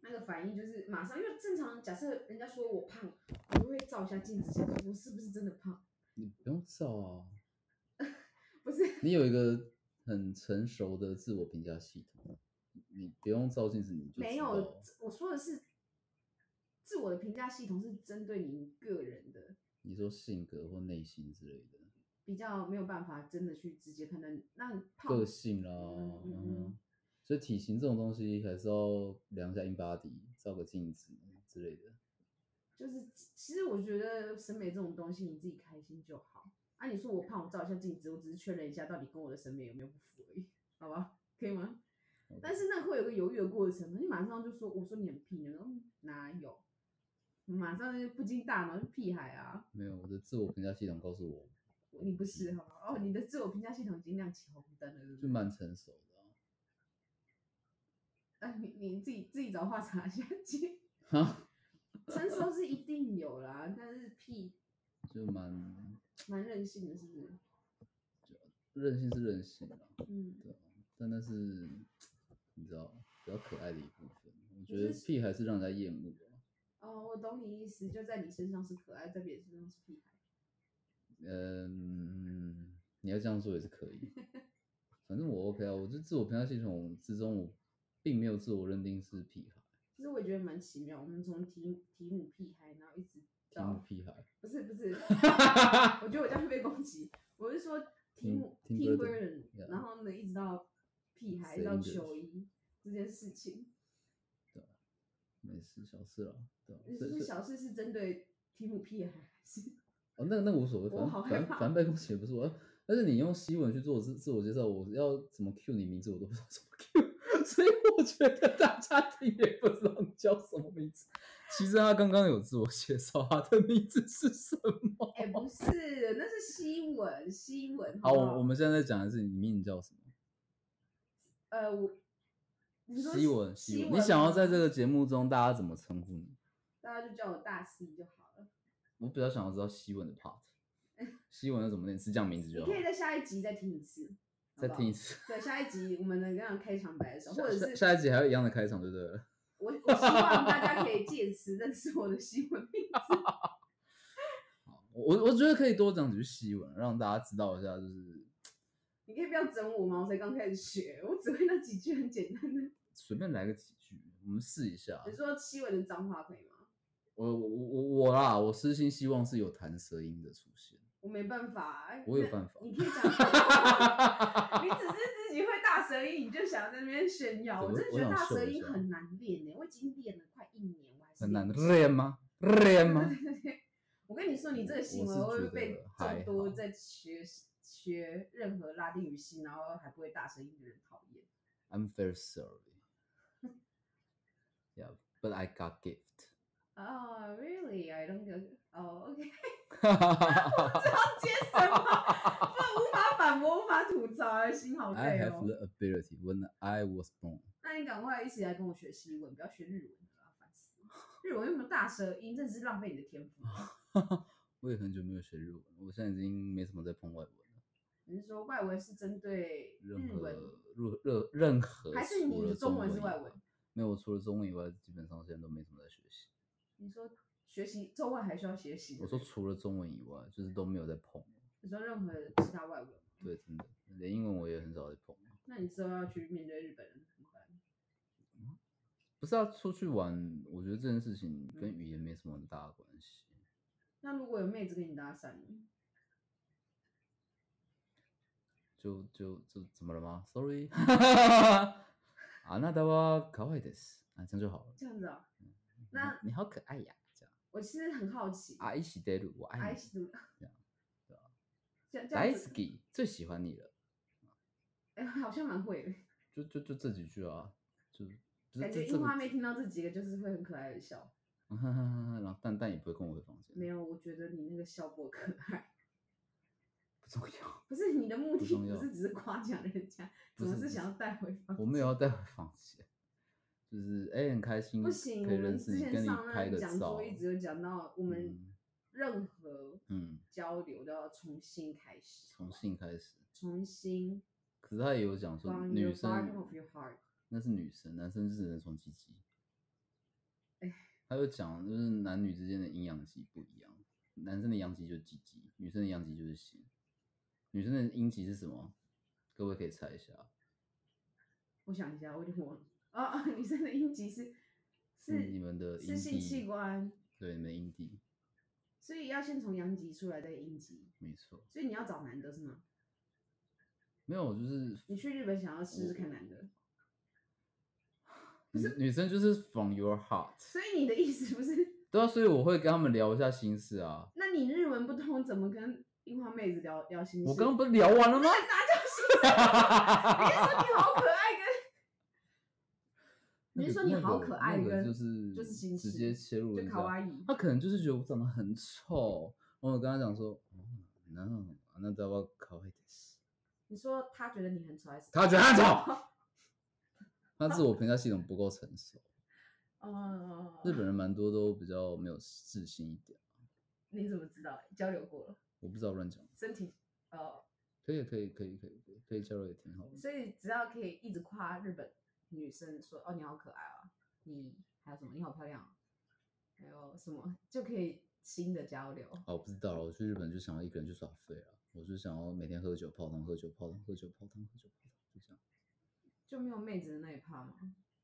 [SPEAKER 1] 那个反应就是马上，因为正常假设人家说我胖，我就会照一下镜子，想说我是不是真的胖？
[SPEAKER 2] 你不用找啊，
[SPEAKER 1] 不是，
[SPEAKER 2] 你有一个很成熟的自我评价系统，你不用照镜子你就
[SPEAKER 1] 没
[SPEAKER 2] 知
[SPEAKER 1] 有
[SPEAKER 2] 道，
[SPEAKER 1] 我说的是自我的评价系统是针对你个人的，
[SPEAKER 2] 你说性格或内心之类的
[SPEAKER 1] 比较没有办法真的去直接判断你。那你胖
[SPEAKER 2] 个性啦，
[SPEAKER 1] 嗯嗯
[SPEAKER 2] 嗯
[SPEAKER 1] 嗯
[SPEAKER 2] 哼所以体型这种东西还是要量一下 in body，照个镜子之类的。
[SPEAKER 1] 就是，其实我觉得审美这种东西，你自己开心就好。啊，你说我胖，我照一下镜子，我只是确认一下到底跟我的审美有没有不符而已，好吧？可以吗
[SPEAKER 2] OK
[SPEAKER 1] 但是那会有个犹豫的过程嘛，你马上就说，我说你很屁，你说嗯哪有？马上就不经大脑就屁孩啊，
[SPEAKER 2] 没有，我的自我评价系统告诉我，
[SPEAKER 1] 你不是好吧？哦，你的自我评价系统已经亮起红灯了，对不
[SPEAKER 2] 就
[SPEAKER 1] 对？
[SPEAKER 2] 蛮成熟的
[SPEAKER 1] 哎啊，你你自己自己找话查一下去。
[SPEAKER 2] 啊。哈， *laughs*
[SPEAKER 1] 成熟是一定有啦，但是屁
[SPEAKER 2] 就蛮
[SPEAKER 1] 蛮任性的，是不是？
[SPEAKER 2] 任性是任性啊，
[SPEAKER 1] 嗯，
[SPEAKER 2] 但那是你知道比较可爱的一部分。我
[SPEAKER 1] 就
[SPEAKER 2] 觉得
[SPEAKER 1] 是
[SPEAKER 2] 屁还是让人家厌恶啊。
[SPEAKER 1] 哦，我懂你意思，就在你身上是可爱，在别人身上是屁孩。
[SPEAKER 2] 嗯，你要这样说也是可以。反正我 OK 啊，我就自我评价系统之中，我并没有自我认定是屁孩，
[SPEAKER 1] 其实我也觉得蛮奇妙，我们从提提姆屁孩，然后一直
[SPEAKER 2] 提姆
[SPEAKER 1] 到
[SPEAKER 2] 屁孩。
[SPEAKER 1] 不是不是，
[SPEAKER 2] *laughs*
[SPEAKER 1] 我觉得我这样会被攻击。我是说提
[SPEAKER 2] 嗯
[SPEAKER 1] 姆
[SPEAKER 2] Tim
[SPEAKER 1] Tim
[SPEAKER 2] Burton，
[SPEAKER 1] Burton，
[SPEAKER 2] yeah
[SPEAKER 1] 然后呢一直到屁孩
[SPEAKER 2] Same
[SPEAKER 1] 到
[SPEAKER 2] goes
[SPEAKER 1] 球衣这件事情，
[SPEAKER 2] 没事，小事啦，对啊
[SPEAKER 1] 你
[SPEAKER 2] 所
[SPEAKER 1] 是说
[SPEAKER 2] 以所以
[SPEAKER 1] 小事是针对提姆屁孩，还
[SPEAKER 2] *laughs*
[SPEAKER 1] 是
[SPEAKER 2] 哦，那那无所谓，
[SPEAKER 1] 我
[SPEAKER 2] 反
[SPEAKER 1] 好
[SPEAKER 2] 正
[SPEAKER 1] 害
[SPEAKER 2] 反正
[SPEAKER 1] 怕
[SPEAKER 2] 反正被攻击也不是我。但是你用西文去做自自我介绍，我要怎么 Q 你名字我都不知道怎么 Q，所以 *laughs* 我觉得大家听也不知道你叫什么名字。其实他刚刚有自我介绍，他的名字是什么？
[SPEAKER 1] 哎、不是，那是西文，西文。
[SPEAKER 2] 好，
[SPEAKER 1] 不
[SPEAKER 2] 我我们现在在讲的是你名字叫什么？
[SPEAKER 1] 呃，我你说
[SPEAKER 2] 西文，
[SPEAKER 1] 西
[SPEAKER 2] 西
[SPEAKER 1] 文
[SPEAKER 2] 文，你想要在这
[SPEAKER 1] 吗
[SPEAKER 2] 个节目中大家怎么称呼你？
[SPEAKER 1] 大家就叫我大 C 就好了。
[SPEAKER 2] 我比较想要知道西文的
[SPEAKER 1] *laughs*
[SPEAKER 2] part，西文要怎么念，是这样名字
[SPEAKER 1] 你
[SPEAKER 2] 就好
[SPEAKER 1] 可。以在下一集再听一次，
[SPEAKER 2] 再
[SPEAKER 1] 好不好
[SPEAKER 2] 听一。次，
[SPEAKER 1] 对，下一集我们能这样开场白的时候，或者
[SPEAKER 2] 下
[SPEAKER 1] 是
[SPEAKER 2] 下一集还有一样的开场，对不对了？
[SPEAKER 1] 我我希望大家可以借此认识我的西文名字。
[SPEAKER 2] 我我觉得可以多讲几句西文，让大家知道一下，就是
[SPEAKER 1] 你可以不要整我吗？我才刚开始学，我只会那几句很简单的。
[SPEAKER 2] 随便来个几句，我们试一下
[SPEAKER 1] 你。说西文的脏话可以吗？
[SPEAKER 2] 我我我我啦，我私心希望是有弹舌音的出现。
[SPEAKER 1] 我没办法、哎
[SPEAKER 2] 我有
[SPEAKER 1] 那
[SPEAKER 2] 办法
[SPEAKER 1] 你可以讲。 *laughs* 你只是自己会大舌音，你就想在那边炫耀。
[SPEAKER 2] 对
[SPEAKER 1] 我
[SPEAKER 2] 我
[SPEAKER 1] 真的
[SPEAKER 2] 我
[SPEAKER 1] 觉得
[SPEAKER 2] 想
[SPEAKER 1] 大
[SPEAKER 2] 秀
[SPEAKER 1] 舌
[SPEAKER 2] 一
[SPEAKER 1] 音
[SPEAKER 2] 下
[SPEAKER 1] 很难练呢、我已经练了快一年，我还是
[SPEAKER 2] 很难
[SPEAKER 1] 练
[SPEAKER 2] 的
[SPEAKER 1] 不，
[SPEAKER 2] 练
[SPEAKER 1] *laughs*
[SPEAKER 2] 吗？练吗？
[SPEAKER 1] 我跟你说，你这个行为
[SPEAKER 2] 我
[SPEAKER 1] 会
[SPEAKER 2] 是觉得
[SPEAKER 1] 被
[SPEAKER 2] 还
[SPEAKER 1] 众多
[SPEAKER 2] 好
[SPEAKER 1] 在学学任何拉丁语系，然后还不会大声音的人讨厌。
[SPEAKER 2] I'm very sorry. Yeah, but I got gift. *laughs*
[SPEAKER 1] 哦、r e a l l y I don't get. 哦、o k
[SPEAKER 2] I
[SPEAKER 1] 要接什
[SPEAKER 2] *laughs*
[SPEAKER 1] 么？不，无法反驳，无法吐槽，哎心好累
[SPEAKER 2] have
[SPEAKER 1] 哦。
[SPEAKER 2] the ability when I was born. *laughs*
[SPEAKER 1] 那你赶快一起来跟我学西文，不要学日文了啊，烦死了！日文有没有大舌音，真是浪费你的天赋。
[SPEAKER 2] 啊我也很久没有学日文，我现在已经没什么在碰外文了。
[SPEAKER 1] 你是说外文是针对
[SPEAKER 2] 任
[SPEAKER 1] 日
[SPEAKER 2] 何
[SPEAKER 1] 文？
[SPEAKER 2] 任任任何
[SPEAKER 1] 还是你
[SPEAKER 2] 除
[SPEAKER 1] 的
[SPEAKER 2] 了
[SPEAKER 1] 中
[SPEAKER 2] 中
[SPEAKER 1] 文是
[SPEAKER 2] 以
[SPEAKER 1] 外文？
[SPEAKER 2] 没有，我除了中文以外，基本上现在都没什么在学习。
[SPEAKER 1] 你说学习中文还需要学习？
[SPEAKER 2] 我说除了中文以外，就是都没有在碰。
[SPEAKER 1] 你说任何其他外文吗？
[SPEAKER 2] 对，真的，连英文我也很少在碰。
[SPEAKER 1] 那你之后要去面对日本人怎么办？
[SPEAKER 2] 不是啊，出去玩，我觉得这件事情跟
[SPEAKER 1] 嗯
[SPEAKER 2] 语言没什么很大的关系。
[SPEAKER 1] 那如果有妹子跟你搭讪呢？
[SPEAKER 2] 就就就怎么了吗？Sorry，啊，那的话，可爱的是啊，这样就好了。
[SPEAKER 1] 这样子啊、
[SPEAKER 2] 你
[SPEAKER 1] 那
[SPEAKER 2] 你好可爱呀，这样
[SPEAKER 1] 我其实很好奇，
[SPEAKER 2] 啊，一起带路，我爱
[SPEAKER 1] 爱
[SPEAKER 2] 你，
[SPEAKER 1] 喜读，
[SPEAKER 2] 这样对啊
[SPEAKER 1] *laughs* 这样这
[SPEAKER 2] 大
[SPEAKER 1] 样
[SPEAKER 2] 好
[SPEAKER 1] 子，
[SPEAKER 2] き，最喜欢你了。
[SPEAKER 1] 哎、好像蛮会的，
[SPEAKER 2] 就就就这几句啊，就不是
[SPEAKER 1] 感觉
[SPEAKER 2] 这这
[SPEAKER 1] 樱
[SPEAKER 2] 个
[SPEAKER 1] 花妹听到哎这几个就是会很可爱的笑。
[SPEAKER 2] 然后蛋蛋也不会跟我回房间，
[SPEAKER 1] 没有，我觉得你那个笑不可爱，
[SPEAKER 2] 不重要，
[SPEAKER 1] 不是你的目的，
[SPEAKER 2] 不重
[SPEAKER 1] 不
[SPEAKER 2] 要
[SPEAKER 1] 是只是夸奖人家，
[SPEAKER 2] 不
[SPEAKER 1] 怎么
[SPEAKER 2] 是
[SPEAKER 1] 是
[SPEAKER 2] 不
[SPEAKER 1] 想要带回房？
[SPEAKER 2] 我没有要带回房间，就是哎、很开心，
[SPEAKER 1] 不行，
[SPEAKER 2] 可以
[SPEAKER 1] 我们
[SPEAKER 2] 认识
[SPEAKER 1] 之
[SPEAKER 2] 你，
[SPEAKER 1] 前
[SPEAKER 2] 跟你
[SPEAKER 1] 上
[SPEAKER 2] 拍
[SPEAKER 1] 那
[SPEAKER 2] 个
[SPEAKER 1] 个讲
[SPEAKER 2] 照
[SPEAKER 1] 座，一直有讲到，我们
[SPEAKER 2] 嗯
[SPEAKER 1] 任何
[SPEAKER 2] 嗯，
[SPEAKER 1] 交流都要重新开始，
[SPEAKER 2] 从性开始，
[SPEAKER 1] 重新
[SPEAKER 2] 可是他也有讲说
[SPEAKER 1] From
[SPEAKER 2] 女
[SPEAKER 1] your bottom
[SPEAKER 2] 生
[SPEAKER 1] of your heart
[SPEAKER 2] 那是女生，男生只能从鸡鸡
[SPEAKER 1] 哎，
[SPEAKER 2] 他有讲就是男女之间的阴阳极不一样，男生的阳极就是鸡鸡，女生的阳极就是心，女生的阴极是什么？各位可以猜一下，
[SPEAKER 1] 我想一下，我有点忘了。哦哦， *laughs* 女生的阴极是
[SPEAKER 2] 是
[SPEAKER 1] 是
[SPEAKER 2] 嗯你们的
[SPEAKER 1] 是
[SPEAKER 2] 阴
[SPEAKER 1] 性
[SPEAKER 2] 蒂，
[SPEAKER 1] 器官，
[SPEAKER 2] 对，你们的阴蒂，
[SPEAKER 1] 所以要先从阳极出来再阴极，
[SPEAKER 2] 没错。
[SPEAKER 1] 所以你要找男的是吗？
[SPEAKER 2] 没有，就是
[SPEAKER 1] 你去日本想要试试看男的，
[SPEAKER 2] 女女生就是 from your heart，
[SPEAKER 1] 所以你的意思不是？
[SPEAKER 2] 对啊，所以我会跟他们聊一下心事啊。
[SPEAKER 1] 那你日文不通，怎么跟樱花妹子聊聊心事？
[SPEAKER 2] 我刚刚不是啊聊完了
[SPEAKER 1] 哪
[SPEAKER 2] 吗？
[SPEAKER 1] 叫心事？啊你是说你好可爱
[SPEAKER 2] *laughs* 那
[SPEAKER 1] 你是说你好可爱
[SPEAKER 2] 个那个那个
[SPEAKER 1] 跟
[SPEAKER 2] 就是
[SPEAKER 1] 就是心
[SPEAKER 2] 直
[SPEAKER 1] 事
[SPEAKER 2] 接切入
[SPEAKER 1] 跟
[SPEAKER 2] 人
[SPEAKER 1] 就卡哇
[SPEAKER 2] 家，
[SPEAKER 1] 伊？
[SPEAKER 2] 他可能就是觉得我长得很丑，然后我跟他讲说，哦，no，那都要可爱的，
[SPEAKER 1] 你说他觉得你很丑还是？
[SPEAKER 2] 他觉得他丑，他自我评价系统不够成熟，
[SPEAKER 1] *laughs* 哦，
[SPEAKER 2] 日本人蛮多都比较没有自信一点，
[SPEAKER 1] 你怎么知道？交流过了，
[SPEAKER 2] 我不知道乱讲。
[SPEAKER 1] 身体哦，
[SPEAKER 2] 可以，可以，可以，可以，可以可以交流也挺好的。
[SPEAKER 1] 所以只要可以一直夸日本女生说哦你好可爱啊，你还有什么你好漂亮、啊，还有什么就可以新的交流。
[SPEAKER 2] 哦，我不知道了，我去日本就想要一个人去耍废啊，我就想要每天喝酒泡汤，喝酒泡汤，喝酒泡汤，喝酒泡汤，就这样。
[SPEAKER 1] 就没有妹子的那一趴吗？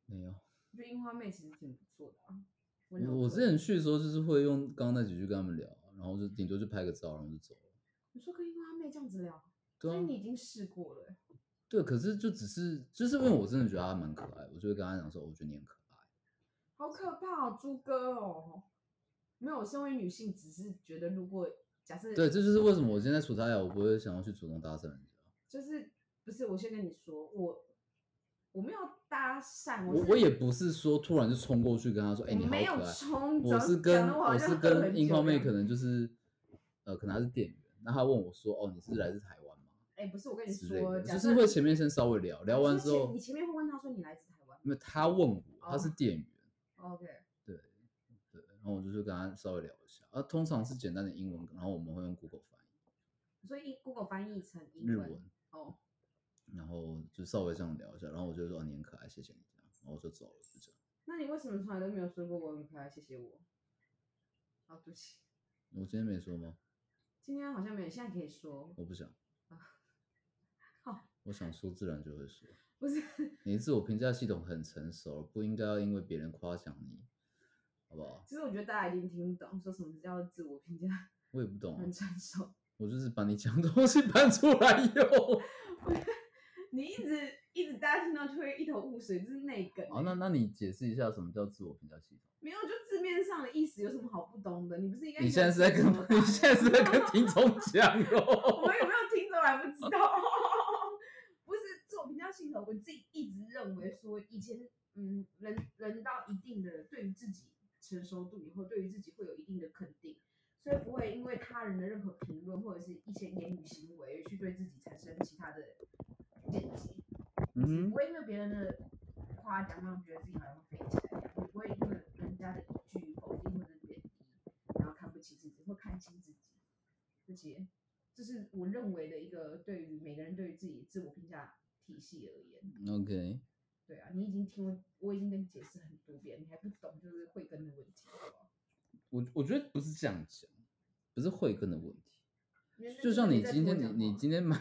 [SPEAKER 2] 没有，
[SPEAKER 1] 我觉得樱花妹其实挺不错的啊。温柔
[SPEAKER 2] 我我
[SPEAKER 1] 可
[SPEAKER 2] 之前去的时候就是会用刚刚那几句跟他们聊，然后就顶多就拍个照，然后就走了。
[SPEAKER 1] 你说跟樱花妹这样子聊，
[SPEAKER 2] 对
[SPEAKER 1] 所以
[SPEAKER 2] 啊
[SPEAKER 1] 你，已经试过了欸。
[SPEAKER 2] 对，可是就只是就是因为我真的觉得他蛮可爱，我就会跟他讲说，我觉得你很可爱。
[SPEAKER 1] 好可怕哦，猪哥哦！没有，身为女性，只是觉得如果假设
[SPEAKER 2] 对，这就是为什么我今天在处他呀，我不会想要去主动搭讪人家。
[SPEAKER 1] 就是不是我先跟你说，我我没有搭讪，
[SPEAKER 2] 我
[SPEAKER 1] 是
[SPEAKER 2] 我也不是说突然就冲过去跟他说，哎、
[SPEAKER 1] 我
[SPEAKER 2] 你好
[SPEAKER 1] 没有
[SPEAKER 2] 可爱。
[SPEAKER 1] 冲，
[SPEAKER 2] 我
[SPEAKER 1] 讲
[SPEAKER 2] 是
[SPEAKER 1] 讲
[SPEAKER 2] 跟
[SPEAKER 1] 得我好
[SPEAKER 2] 我是
[SPEAKER 1] 像喝
[SPEAKER 2] 跟
[SPEAKER 1] 很
[SPEAKER 2] 樱
[SPEAKER 1] 酒
[SPEAKER 2] 花妹
[SPEAKER 1] 一样
[SPEAKER 2] 可能就是呃，可能她是店员，那她问我说，哦，你是来自台湾吗？
[SPEAKER 1] 哎、不是我跟你
[SPEAKER 2] 之类
[SPEAKER 1] 说，
[SPEAKER 2] 的，
[SPEAKER 1] 假
[SPEAKER 2] 就是
[SPEAKER 1] 设
[SPEAKER 2] 会前面先稍微聊聊
[SPEAKER 1] 你说
[SPEAKER 2] 完之
[SPEAKER 1] 前
[SPEAKER 2] 后
[SPEAKER 1] 你，前面会问他说你来自台湾
[SPEAKER 2] 因为她问我，她是
[SPEAKER 1] 哦
[SPEAKER 2] 店员，
[SPEAKER 1] ，OK，
[SPEAKER 2] 对，然后我就是跟她稍微聊一下，啊，通常是简单的英文，然后我们会用 Google 翻译
[SPEAKER 1] 所以 Google 翻译成英
[SPEAKER 2] 日
[SPEAKER 1] 文
[SPEAKER 2] 文，
[SPEAKER 1] 哦，
[SPEAKER 2] 然后就稍微这样聊一下，然后我就说，哦，你很可爱，谢谢你这样，然后我就走了，就这样。
[SPEAKER 1] 那你为什么从来都没有说过我很可爱，谢谢我？好，对不起，
[SPEAKER 2] 我今天没说吗？
[SPEAKER 1] 今天好像没有，现在可以说，
[SPEAKER 2] 我不想
[SPEAKER 1] 啊。好
[SPEAKER 2] 我想说自然就会说。
[SPEAKER 1] 不是
[SPEAKER 2] 你自我评价系统很成熟，不应该要因为别人夸奖你，好不好？
[SPEAKER 1] 其实我觉得大家一定听不懂，说什么叫自我评价
[SPEAKER 2] 我也不懂啊、
[SPEAKER 1] 很成熟。
[SPEAKER 2] 我就是把你讲的东西 *laughs* 搬出来用。
[SPEAKER 1] 你一直一直大家听到就会一头雾水，就是内梗欸。
[SPEAKER 2] 好，哦那那你解释一下什么叫自我评价系统？
[SPEAKER 1] 没有就字面上的意思有什么好不懂的？你不是应该
[SPEAKER 2] 你现在是在跟你现在是在跟听众
[SPEAKER 1] *laughs*
[SPEAKER 2] 讲
[SPEAKER 1] 我
[SPEAKER 2] 哦。
[SPEAKER 1] 们有没有听着还不知道？ *laughs* 不是自我评价系统，我自己一直认为说，以前嗯，人人到一定的对于自己成熟度以后，对于自己会有一定的肯定，所以不会因为他人的任何评论或者是一些言语行为去对自己产生其他的见解。
[SPEAKER 2] 嗯
[SPEAKER 1] 不，会因为别人的夸奖让觉得自己好像飞起来一样，也不会因为人家的一句否定或者贬低，然后看不起自己或看清自己。这些，这是我认为的一个对于每个人对于自己自我评价体系而言。
[SPEAKER 2] ，OK，
[SPEAKER 1] 对啊，你已经听我，我已经跟你解释很多遍，你还不懂就是慧根的问题，好不好？
[SPEAKER 2] 我我觉得不是这样讲，不是慧根的问题。
[SPEAKER 1] 因为那
[SPEAKER 2] 就
[SPEAKER 1] 真的
[SPEAKER 2] 像
[SPEAKER 1] 没
[SPEAKER 2] 你
[SPEAKER 1] 在
[SPEAKER 2] 今
[SPEAKER 1] 听我
[SPEAKER 2] 天，
[SPEAKER 1] 讲
[SPEAKER 2] 你你
[SPEAKER 1] 话
[SPEAKER 2] 今天买，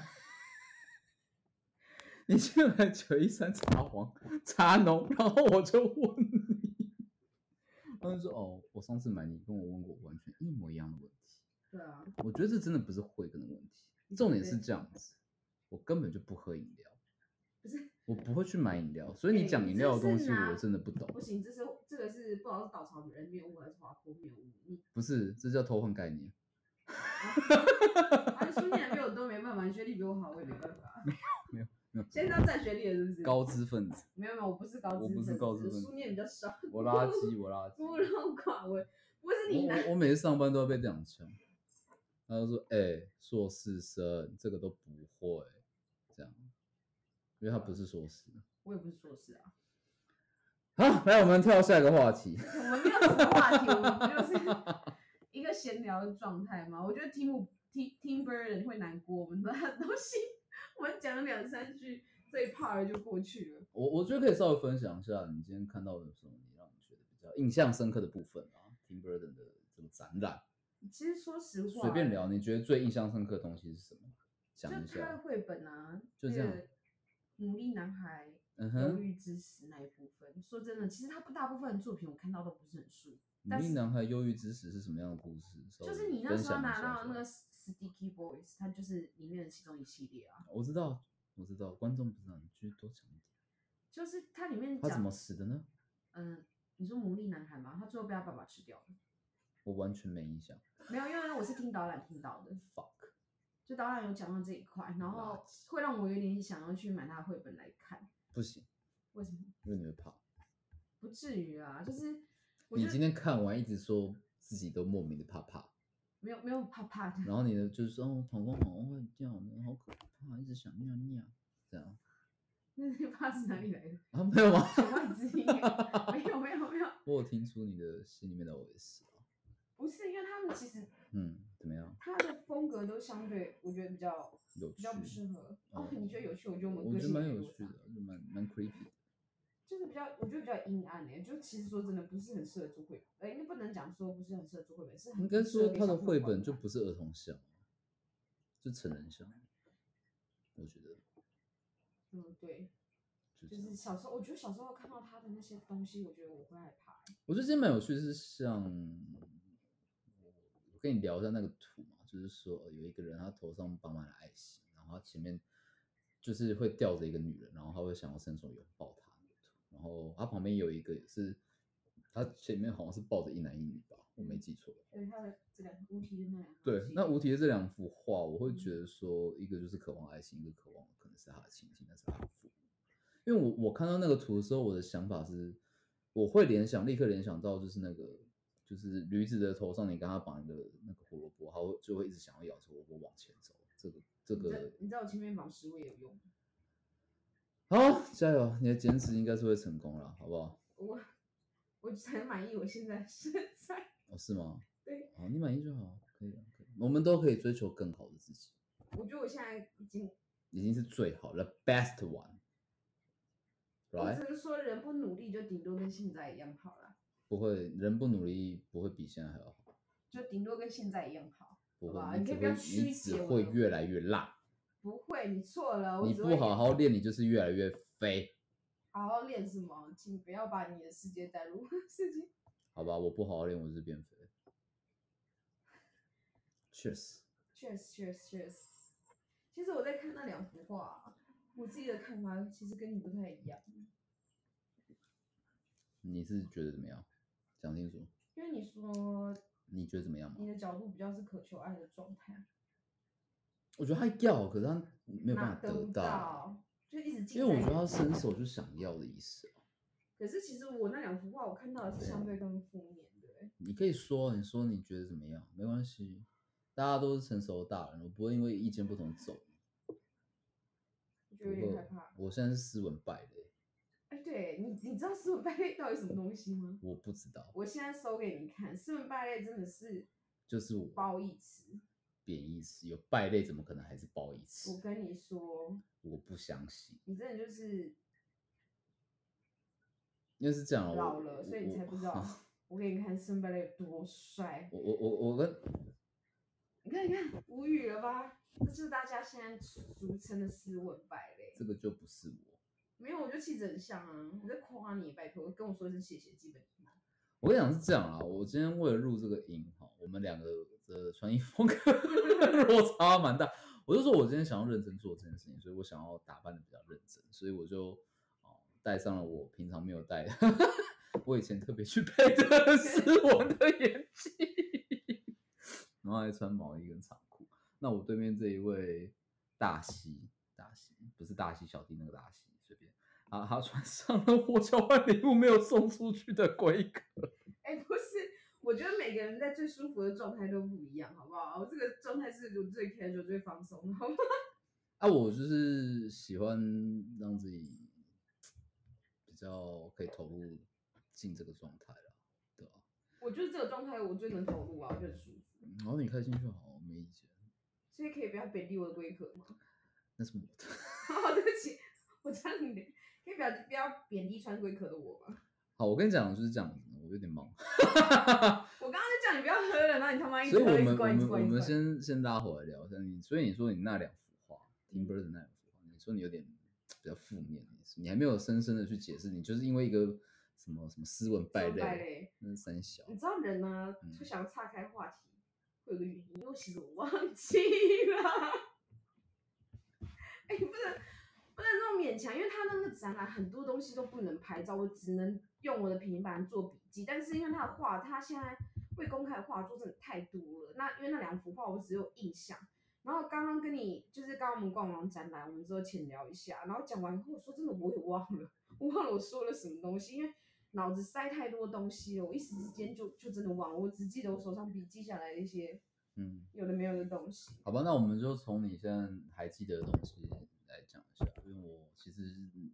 [SPEAKER 2] 你今天买九一三茶黄茶农，然后我就问你， *laughs* 他就说哦，我上次买你跟我问过完全一模一样的问题。
[SPEAKER 1] 对啊，
[SPEAKER 2] 我觉得这真的不是慧根的问题，重点是这样子，我根本就不喝饮料，
[SPEAKER 1] 不是
[SPEAKER 2] 我不会去买饮料，所以
[SPEAKER 1] 哎
[SPEAKER 2] 你讲饮
[SPEAKER 1] 这
[SPEAKER 2] 料的
[SPEAKER 1] 是
[SPEAKER 2] 东西
[SPEAKER 1] 拿
[SPEAKER 2] 我真的不懂
[SPEAKER 1] 不，行，这是这个是不知道是稻草人谬误还是华夫谬误，你
[SPEAKER 2] 不是，这叫偷换概念。
[SPEAKER 1] *laughs* 啊，书念比我多没办法，你学历比我好我也没办法。
[SPEAKER 2] 没有没有
[SPEAKER 1] *laughs* 现在要占学历了是不是？
[SPEAKER 2] 高知分子，
[SPEAKER 1] 没有没有，我不是高知
[SPEAKER 2] 我
[SPEAKER 1] 分子，
[SPEAKER 2] 不是高知分子
[SPEAKER 1] 书念比较少，
[SPEAKER 2] 我垃圾，我垃圾，
[SPEAKER 1] 孤陋寡闻。不是你
[SPEAKER 2] 我
[SPEAKER 1] 难，
[SPEAKER 2] 我我每次上班都要被这样呛，他就说：“哎、硕士生这个都不会，这样，因为他不是硕士。 *laughs*
[SPEAKER 1] 我也不是硕士啊。”
[SPEAKER 2] 好，来我们跳下一个话题。
[SPEAKER 1] 我们没有什么话题，我们就是一个闲聊的状态嘛。我觉得听我听听 Burden 会难过，我们的东西我们讲了两三句，这一 part 就过去了。
[SPEAKER 2] 我我觉得可以稍微分享一下你今天看到的什么，你让你觉得比较印象深刻的部分啊，Tim Burton 的这个展览，
[SPEAKER 1] 其实说实话，
[SPEAKER 2] 随便聊，你觉得最印象深刻的东西是什么？
[SPEAKER 1] 就
[SPEAKER 2] 讲一
[SPEAKER 1] 他的
[SPEAKER 2] 下。
[SPEAKER 1] 绘本啊，
[SPEAKER 2] 就
[SPEAKER 1] 那
[SPEAKER 2] 这样
[SPEAKER 1] 个牡蛎男孩
[SPEAKER 2] 嗯
[SPEAKER 1] 忧
[SPEAKER 2] 哼，
[SPEAKER 1] 郁之死那一部分，说真的，其实他大部分的作品我看到都不是很舒服。
[SPEAKER 2] 《
[SPEAKER 1] 但
[SPEAKER 2] 牡蛎
[SPEAKER 1] 是
[SPEAKER 2] 男孩忧郁之死》是什么样的故事？稍
[SPEAKER 1] 就
[SPEAKER 2] 微
[SPEAKER 1] 是你那
[SPEAKER 2] 分
[SPEAKER 1] 时候
[SPEAKER 2] 享一
[SPEAKER 1] 拿
[SPEAKER 2] 下
[SPEAKER 1] 到那
[SPEAKER 2] 下
[SPEAKER 1] 个 Sticky Boys，它就是里面的其中一系列啊，
[SPEAKER 2] 我知道，我知道，观众不知道，你去多讲一点。
[SPEAKER 1] 就是它里面
[SPEAKER 2] 他怎
[SPEAKER 1] 讲
[SPEAKER 2] 么，死的呢？
[SPEAKER 1] 嗯，你说牡蛎男孩嘛，他最后被他爸爸吃掉了，
[SPEAKER 2] 我完全没印象。
[SPEAKER 1] 没有，因为我是听导览听到的，
[SPEAKER 2] Fuck，
[SPEAKER 1] 就导览有讲到这一块，然后
[SPEAKER 2] 垃圾
[SPEAKER 1] 会让我有点想要去买他的绘本来看，
[SPEAKER 2] 不行，
[SPEAKER 1] 为什么？
[SPEAKER 2] 因为你会怕。
[SPEAKER 1] 不至于啊，就是我觉
[SPEAKER 2] 你
[SPEAKER 1] 得
[SPEAKER 2] 今天看完一直说自己都莫名的怕怕，
[SPEAKER 1] 没有没有怕怕的， *laughs*
[SPEAKER 2] 然后你的就是说哦，膀胱好像坏掉了，好可怕，一直想尿尿，这样
[SPEAKER 1] 那那怕是哪里来的？ *laughs*
[SPEAKER 2] 啊，没有吗？ *laughs*
[SPEAKER 1] 弦外之音？没有没有没有，
[SPEAKER 2] 我有听出你的心里面的 OS 啊
[SPEAKER 1] 不是，因为他们其实
[SPEAKER 2] 嗯，怎么样？
[SPEAKER 1] 他的风格都相对，我觉得比较
[SPEAKER 2] 有
[SPEAKER 1] 比
[SPEAKER 2] 趣
[SPEAKER 1] 较？不适合。哦
[SPEAKER 2] 哦，
[SPEAKER 1] 你觉得有趣，我觉得我嗯们
[SPEAKER 2] 我
[SPEAKER 1] 个
[SPEAKER 2] 觉得
[SPEAKER 1] 性
[SPEAKER 2] 蛮
[SPEAKER 1] 很
[SPEAKER 2] 有
[SPEAKER 1] 落
[SPEAKER 2] 趣
[SPEAKER 1] 差
[SPEAKER 2] 的，就蛮蛮 creepy 的。
[SPEAKER 1] 就是比较，我觉得比较阴暗诶、就其实说真的，不是很适合做绘本。哎、那不能讲说不是很适合做绘本，是很
[SPEAKER 2] 应该
[SPEAKER 1] 不适合
[SPEAKER 2] 说
[SPEAKER 1] 给
[SPEAKER 2] 他
[SPEAKER 1] 小朋
[SPEAKER 2] 的
[SPEAKER 1] 友
[SPEAKER 2] 绘
[SPEAKER 1] 观
[SPEAKER 2] 本就
[SPEAKER 1] 看
[SPEAKER 2] 不是儿童像，就成人像，我觉得
[SPEAKER 1] 嗯对，
[SPEAKER 2] 就这
[SPEAKER 1] 就
[SPEAKER 2] 样。
[SPEAKER 1] 是小时候，我觉得小时候看到他的那些东西，我觉得我会害怕、欸。
[SPEAKER 2] 我觉得今天蛮有趣，是像我跟你聊一下那个图嘛，就是说呃有一个人他头上绑满了爱心，然后他前面就是会吊着一个女人，然后他会想要伸手拥抱她那个图，然后他旁边有一个也是，他前面好像是抱着一男一女吧，我没记错的话。
[SPEAKER 1] 对欸他的这两个物体的那两个
[SPEAKER 2] 对
[SPEAKER 1] 东，西
[SPEAKER 2] 那无题的这两幅画，我会觉得说，一个就是渴望爱情，一个渴望可能是他的亲情，那是他的父母。因为我我看到那个图的时候，我的想法是，我会联想，立刻联想到就是那个，就是驴子的头上，你跟它绑一个那个胡萝卜，它会就会一直想要咬着胡萝卜往前走。这个这
[SPEAKER 1] 你知
[SPEAKER 2] 个
[SPEAKER 1] 道，你知道我前面绑食物也有用吗，
[SPEAKER 2] 好，加油，你的减脂应该是会成功啦，好不好？
[SPEAKER 1] 我我很满意我现在的 *laughs* 身材。
[SPEAKER 2] 哦，是吗？
[SPEAKER 1] 对，
[SPEAKER 2] 好，你满意就好，可以了，可以了，我们都可以追求更好的自己，
[SPEAKER 1] 我觉得我现在已经，
[SPEAKER 2] 已经是最好，the best one，right？
[SPEAKER 1] 我只是说人不努力，就顶多跟现在一样好了，
[SPEAKER 2] 不会，人不努力不会比现在还要好，
[SPEAKER 1] 就顶多跟现在一样好。
[SPEAKER 2] 不
[SPEAKER 1] 好吧
[SPEAKER 2] 会，
[SPEAKER 1] 你
[SPEAKER 2] 只
[SPEAKER 1] 可以不要
[SPEAKER 2] 会
[SPEAKER 1] 曲
[SPEAKER 2] 你只
[SPEAKER 1] 解我
[SPEAKER 2] 会
[SPEAKER 1] 的
[SPEAKER 2] 越来越辣，
[SPEAKER 1] 不会，你错了，我
[SPEAKER 2] 你
[SPEAKER 1] 只
[SPEAKER 2] 不
[SPEAKER 1] 会
[SPEAKER 2] 好好练，你就是越来越肥，
[SPEAKER 1] 好好练什么？请不要把你的世界带入我的世界。
[SPEAKER 2] 好吧？我不好好练，我就是变肥。确实，
[SPEAKER 1] Cheers, cheers, cheers。其实我在看那两幅画啊，我自己的看法其实跟你不太一样，
[SPEAKER 2] 你是觉得怎么样？讲清楚，
[SPEAKER 1] 因为你说
[SPEAKER 2] 你觉得怎么样
[SPEAKER 1] 你
[SPEAKER 2] 嘛？
[SPEAKER 1] 的角度比较是渴求爱的状态，
[SPEAKER 2] 我觉得他要，可是他没
[SPEAKER 1] 那
[SPEAKER 2] 有办法
[SPEAKER 1] 得
[SPEAKER 2] 得
[SPEAKER 1] 不
[SPEAKER 2] 到，
[SPEAKER 1] 到，就一直
[SPEAKER 2] 因
[SPEAKER 1] 进。
[SPEAKER 2] 为我觉得他伸手就想要的意思啊。
[SPEAKER 1] 可是其实我那两幅画，我看到的是相对更负面的欸、
[SPEAKER 2] 你可以说，你说你觉得怎么样？没关系，大家都是成熟的大人，我不会因为意见不同走。
[SPEAKER 1] 我觉
[SPEAKER 2] 不
[SPEAKER 1] 得有点
[SPEAKER 2] 过
[SPEAKER 1] 害怕。
[SPEAKER 2] 我现在是斯文败类。
[SPEAKER 1] 哎，对你，你知道斯文败类到底什么东西吗？
[SPEAKER 2] 我不知道，
[SPEAKER 1] 我现在搜给你看，斯文败类真的是
[SPEAKER 2] 就是我
[SPEAKER 1] 褒义词。
[SPEAKER 2] 贬义词有败类，怎么可能还是褒义
[SPEAKER 1] 我
[SPEAKER 2] 词？
[SPEAKER 1] 跟你说，
[SPEAKER 2] 我不相信，
[SPEAKER 1] 你真的就是
[SPEAKER 2] 因为是这样啊，我
[SPEAKER 1] 老了，所以你才不知道。 *laughs* 我给你看孙白磊有多帅，
[SPEAKER 2] 我我我我跟
[SPEAKER 1] 你看你看，无语了吧？这就是大家现在俗称的斯文败类。
[SPEAKER 2] 这个就不是我。
[SPEAKER 1] 没有，我就气质很像啊，我在夸你，拜托，跟我说一声谢谢，基本礼貌。
[SPEAKER 2] 我跟你讲是这样啊，我今天为了录这个音哈，我们两个的穿衣风格 *laughs* 落差蛮大。我就说我今天想要认真做这件事情，所以我想要打扮的比较认真，所以我就哦戴上了我平常没有戴的， *laughs* 我以前特别去配的是我的眼镜，然后还穿毛衣跟长裤。那我对面这一位大西，大西不是大西小弟那个大西，随便啊，他穿上了我交换礼物没有送出去的规格。
[SPEAKER 1] 哎，不是，我觉得每个人在最舒服的状态都不一样，好不好？我这个状态是我最 casual、最放松的，好吗？
[SPEAKER 2] 啊，我就是喜欢让自己比较可以投入进这个状态了，对啊吧、
[SPEAKER 1] 我觉得这个状态我最能投入啊，我就很舒服，
[SPEAKER 2] 嗯然后你开心就好，我没意见，
[SPEAKER 1] 所以可以不要贬低我的龟壳吗？ *laughs*
[SPEAKER 2] 那是我的。 *laughs*
[SPEAKER 1] 哦，对不起，我差你的，可以不要不要贬低穿龟壳的我吗？
[SPEAKER 2] 好，我跟你讲就是这样子，我有点忙，
[SPEAKER 1] 我刚刚就叫你不要喝了，然后你他妈一直
[SPEAKER 2] 所以
[SPEAKER 1] 喝，
[SPEAKER 2] 我
[SPEAKER 1] 一直
[SPEAKER 2] 们我
[SPEAKER 1] 灌，一直
[SPEAKER 2] 们我
[SPEAKER 1] 灌，一直
[SPEAKER 2] 们
[SPEAKER 1] 灌。
[SPEAKER 2] 先先拉回来聊一下你，所以你说你那两幅画，Tim
[SPEAKER 1] 嗯
[SPEAKER 2] b u r t o 那两幅画，你说你有点比较负面的意思，你还没有深深的去解释，你就是因为一个什么什么斯文败
[SPEAKER 1] 败
[SPEAKER 2] 类，
[SPEAKER 1] 类，
[SPEAKER 2] 那是三小，
[SPEAKER 1] 你知道人呢、
[SPEAKER 2] 嗯
[SPEAKER 1] 就想要岔开话题，会有个原因，因为其实我忘记了。哎、不能不能那么勉强，因为他那个展览很多东西都不能拍照，我只能用我的平板做笔记。但是因为他的画，他现在未公开的画作真的太多了。那因为那两幅画我只有印象。然后刚刚跟你就是刚刚我们逛完展览，我们之后浅聊一下，然后讲完以后，我说真的我也忘了，我忘了我说了什么东西，因为脑子塞太多东西了，我一时之间就就真的忘了，我只记得我手上笔记下来的一些
[SPEAKER 2] 嗯。
[SPEAKER 1] 有的没有的东西。
[SPEAKER 2] 好吧，那我们就从你现在还记得的东西来讲一下，因为我其实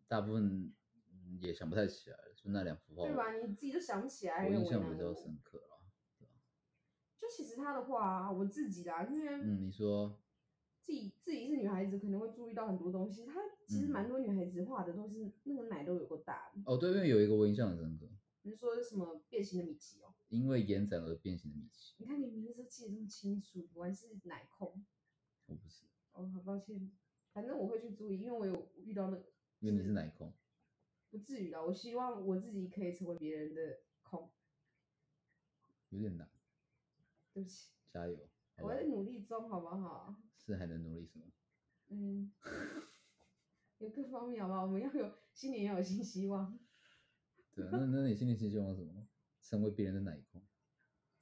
[SPEAKER 2] 大部分嗯也想不太起来了，就那两幅画，
[SPEAKER 1] 对吧？你自己都想不起来，
[SPEAKER 2] 我
[SPEAKER 1] 有点
[SPEAKER 2] 印
[SPEAKER 1] 为
[SPEAKER 2] 象
[SPEAKER 1] 难
[SPEAKER 2] 比较
[SPEAKER 1] 我
[SPEAKER 2] 深刻啊。
[SPEAKER 1] 就其实他的话、啊，我自己啦，因为
[SPEAKER 2] 嗯，你说，
[SPEAKER 1] 自己自己是女孩子，可能会注意到很多东西。她其实
[SPEAKER 2] 嗯
[SPEAKER 1] 蛮多女孩子画的都是那个奶都有够大的，
[SPEAKER 2] 哦，对，因为有一个我印象很深刻，
[SPEAKER 1] 比如说什么变形的米奇哦，
[SPEAKER 2] 因为延展而变形的米奇，
[SPEAKER 1] 你看你名字都记得这么清楚，果然是奶控。
[SPEAKER 2] 我不是，
[SPEAKER 1] 哦，好抱歉，反正我会去注意，因为我有遇到那个，
[SPEAKER 2] 因
[SPEAKER 1] 嗯
[SPEAKER 2] 为你是奶控，
[SPEAKER 1] 不至于啦。我希望我自己可以成为别人的控，
[SPEAKER 2] 有点难，
[SPEAKER 1] 对不起，
[SPEAKER 2] 加油，好
[SPEAKER 1] 我
[SPEAKER 2] 吧
[SPEAKER 1] 在努力中，好不好？
[SPEAKER 2] 是还能努力什么？ *laughs*
[SPEAKER 1] 嗯，有各方面好不好？我们要有新年要有新希望，
[SPEAKER 2] 对啊，那那你心里希望什么？成为别人的奶控，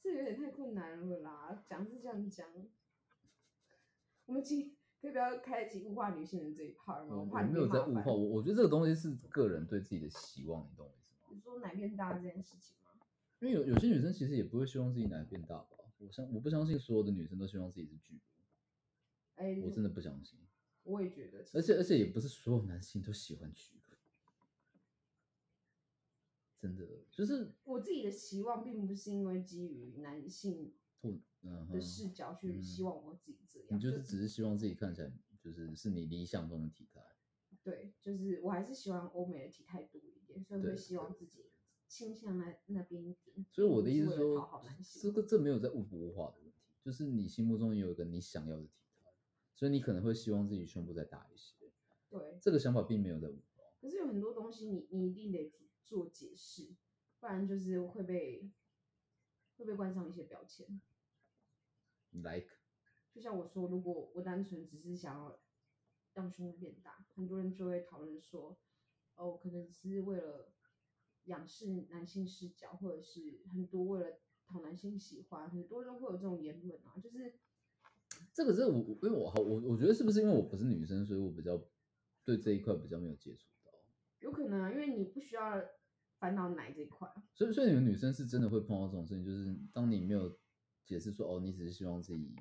[SPEAKER 1] 这有点太困难了啦。讲是这样讲，我们今可以不要开启物化女性的这一 part 吗？
[SPEAKER 2] 我
[SPEAKER 1] 哦怕
[SPEAKER 2] 我
[SPEAKER 1] 你
[SPEAKER 2] 没
[SPEAKER 1] 被
[SPEAKER 2] 有
[SPEAKER 1] 骂
[SPEAKER 2] 在物
[SPEAKER 1] 翻
[SPEAKER 2] 化，我我觉得这个东西是个人对自己的希望，你懂我意思吗？
[SPEAKER 1] 你说奶变大这件事情吗？
[SPEAKER 2] 因为有有些女生其实也不会希望自己奶变大吧，我相我不相信所有的女生都希望自己是巨乳，
[SPEAKER 1] 哎、
[SPEAKER 2] 我真的不相信，
[SPEAKER 1] 我也觉得，
[SPEAKER 2] 而且而且也不是所有男性都喜欢巨乳，真的就是
[SPEAKER 1] 我自己的期望并不是因为基于男性
[SPEAKER 2] 我嗯哼
[SPEAKER 1] 的，视角去
[SPEAKER 2] 嗯
[SPEAKER 1] 希望我自己这样，
[SPEAKER 2] 你就是只是希望自己看起来就是是你理想中的体态，
[SPEAKER 1] 对，就是我还是喜欢欧美的体态多一点，所以会
[SPEAKER 2] 对
[SPEAKER 1] 希望自己倾向那那边一点。
[SPEAKER 2] 所以我的
[SPEAKER 1] 不
[SPEAKER 2] 意思
[SPEAKER 1] 为
[SPEAKER 2] 是
[SPEAKER 1] 了讨
[SPEAKER 2] 说
[SPEAKER 1] 好男，
[SPEAKER 2] 这
[SPEAKER 1] 性，
[SPEAKER 2] 个这没有在物不物化的问题，就是你心目中有一个你想要的体态，所以你可能会希望自己胸部再大一些，
[SPEAKER 1] 对。
[SPEAKER 2] 这个想法并没有在物化，
[SPEAKER 1] 可是有很多东西你，你一定得做做解释，不然就是会被会被冠上一些标签。
[SPEAKER 2] 你 like。
[SPEAKER 1] 就像我说，如果我单纯只是想要让胸部变大，很多人就会讨论说，哦，可能只是为了仰视男性视角，或者是很多为了讨男性喜欢，很多人会有这种言论啊，就是
[SPEAKER 2] 这个是我我因为我好我我觉得是不是因为我不是女生，所以我比较对这一块比较没有接触到，
[SPEAKER 1] 有可能啊，因为你不需要烦恼奶这一块，啊
[SPEAKER 2] 所以所以你们女生是真的会碰到这种事情，就是当你没有解释说哦，你只是希望自己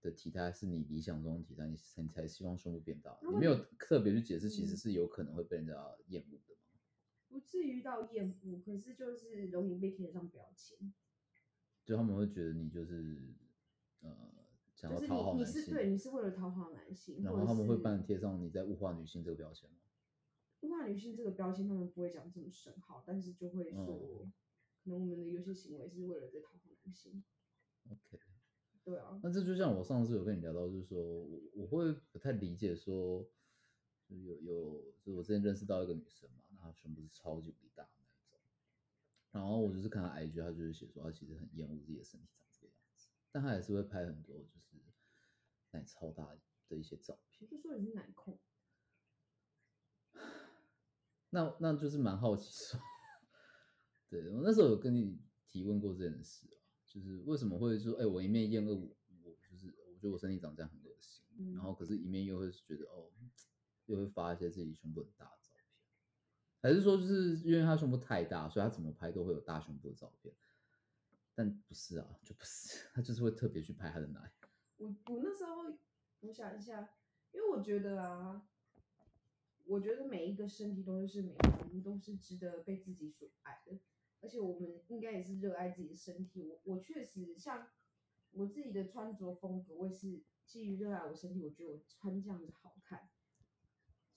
[SPEAKER 2] 的体态是你理想中的体态，你才你才希望胸部变大，
[SPEAKER 1] 如
[SPEAKER 2] 你
[SPEAKER 1] 果
[SPEAKER 2] 没有
[SPEAKER 1] 你
[SPEAKER 2] 特别去解释，其
[SPEAKER 1] 嗯
[SPEAKER 2] 实是有可能会被人家厌恶的嘛。
[SPEAKER 1] 不至于到厌恶，可是就是容易被贴上标签，
[SPEAKER 2] 就他们会觉得你就是呃想
[SPEAKER 1] 就
[SPEAKER 2] 要
[SPEAKER 1] 是
[SPEAKER 2] 讨
[SPEAKER 1] 你
[SPEAKER 2] 好
[SPEAKER 1] 你
[SPEAKER 2] 男
[SPEAKER 1] 是对你
[SPEAKER 2] 性，
[SPEAKER 1] 是为了讨好男性，
[SPEAKER 2] 然
[SPEAKER 1] 或
[SPEAKER 2] 后
[SPEAKER 1] 者
[SPEAKER 2] 他们会
[SPEAKER 1] 是
[SPEAKER 2] 帮你贴上你在物化女性这个标签吗。
[SPEAKER 1] 物化女性这个标签，他们不会讲这么深好，但是就会说，
[SPEAKER 2] 嗯
[SPEAKER 1] 可能我们的有些行为是为了在讨好男性。
[SPEAKER 2] OK
[SPEAKER 1] 对啊，
[SPEAKER 2] 那这就像我上次有跟你聊到，就是说我我会不太理解说，就是有有就是我之前认识到一个女生嘛，然后她胸部是超级无敌大的那一种，然后我就是看她 IG，她就是写说她其实很厌恶自己的身体长这个样子，但她还是会拍很多就是奶超大的一些照片。
[SPEAKER 1] 我就说你是奶控，
[SPEAKER 2] 那那就是蛮好奇说， *laughs* 对我那时候有跟你提问过这件事啊，就是为什么会说，哎、我一面厌恶我，我就是我觉得我身体长这样很恶心，
[SPEAKER 1] 嗯
[SPEAKER 2] 然后可是一面又会觉得哦，又会发一些自己胸部很大的照片，还是说就是因为他胸部太大，所以他怎么拍都会有大胸部的照片，但不是啊，就不是， *laughs* 他就是会特别去拍他的奶，
[SPEAKER 1] 我我那时候我想一下，因为我觉得啊，我觉得每一个身体都是美的，我们都是值得被自己所爱的，而且我们应该也是热爱自己的身体。我我确实像我自己的穿着风格，我也是基于热爱我身体，我觉得我穿这样子好看，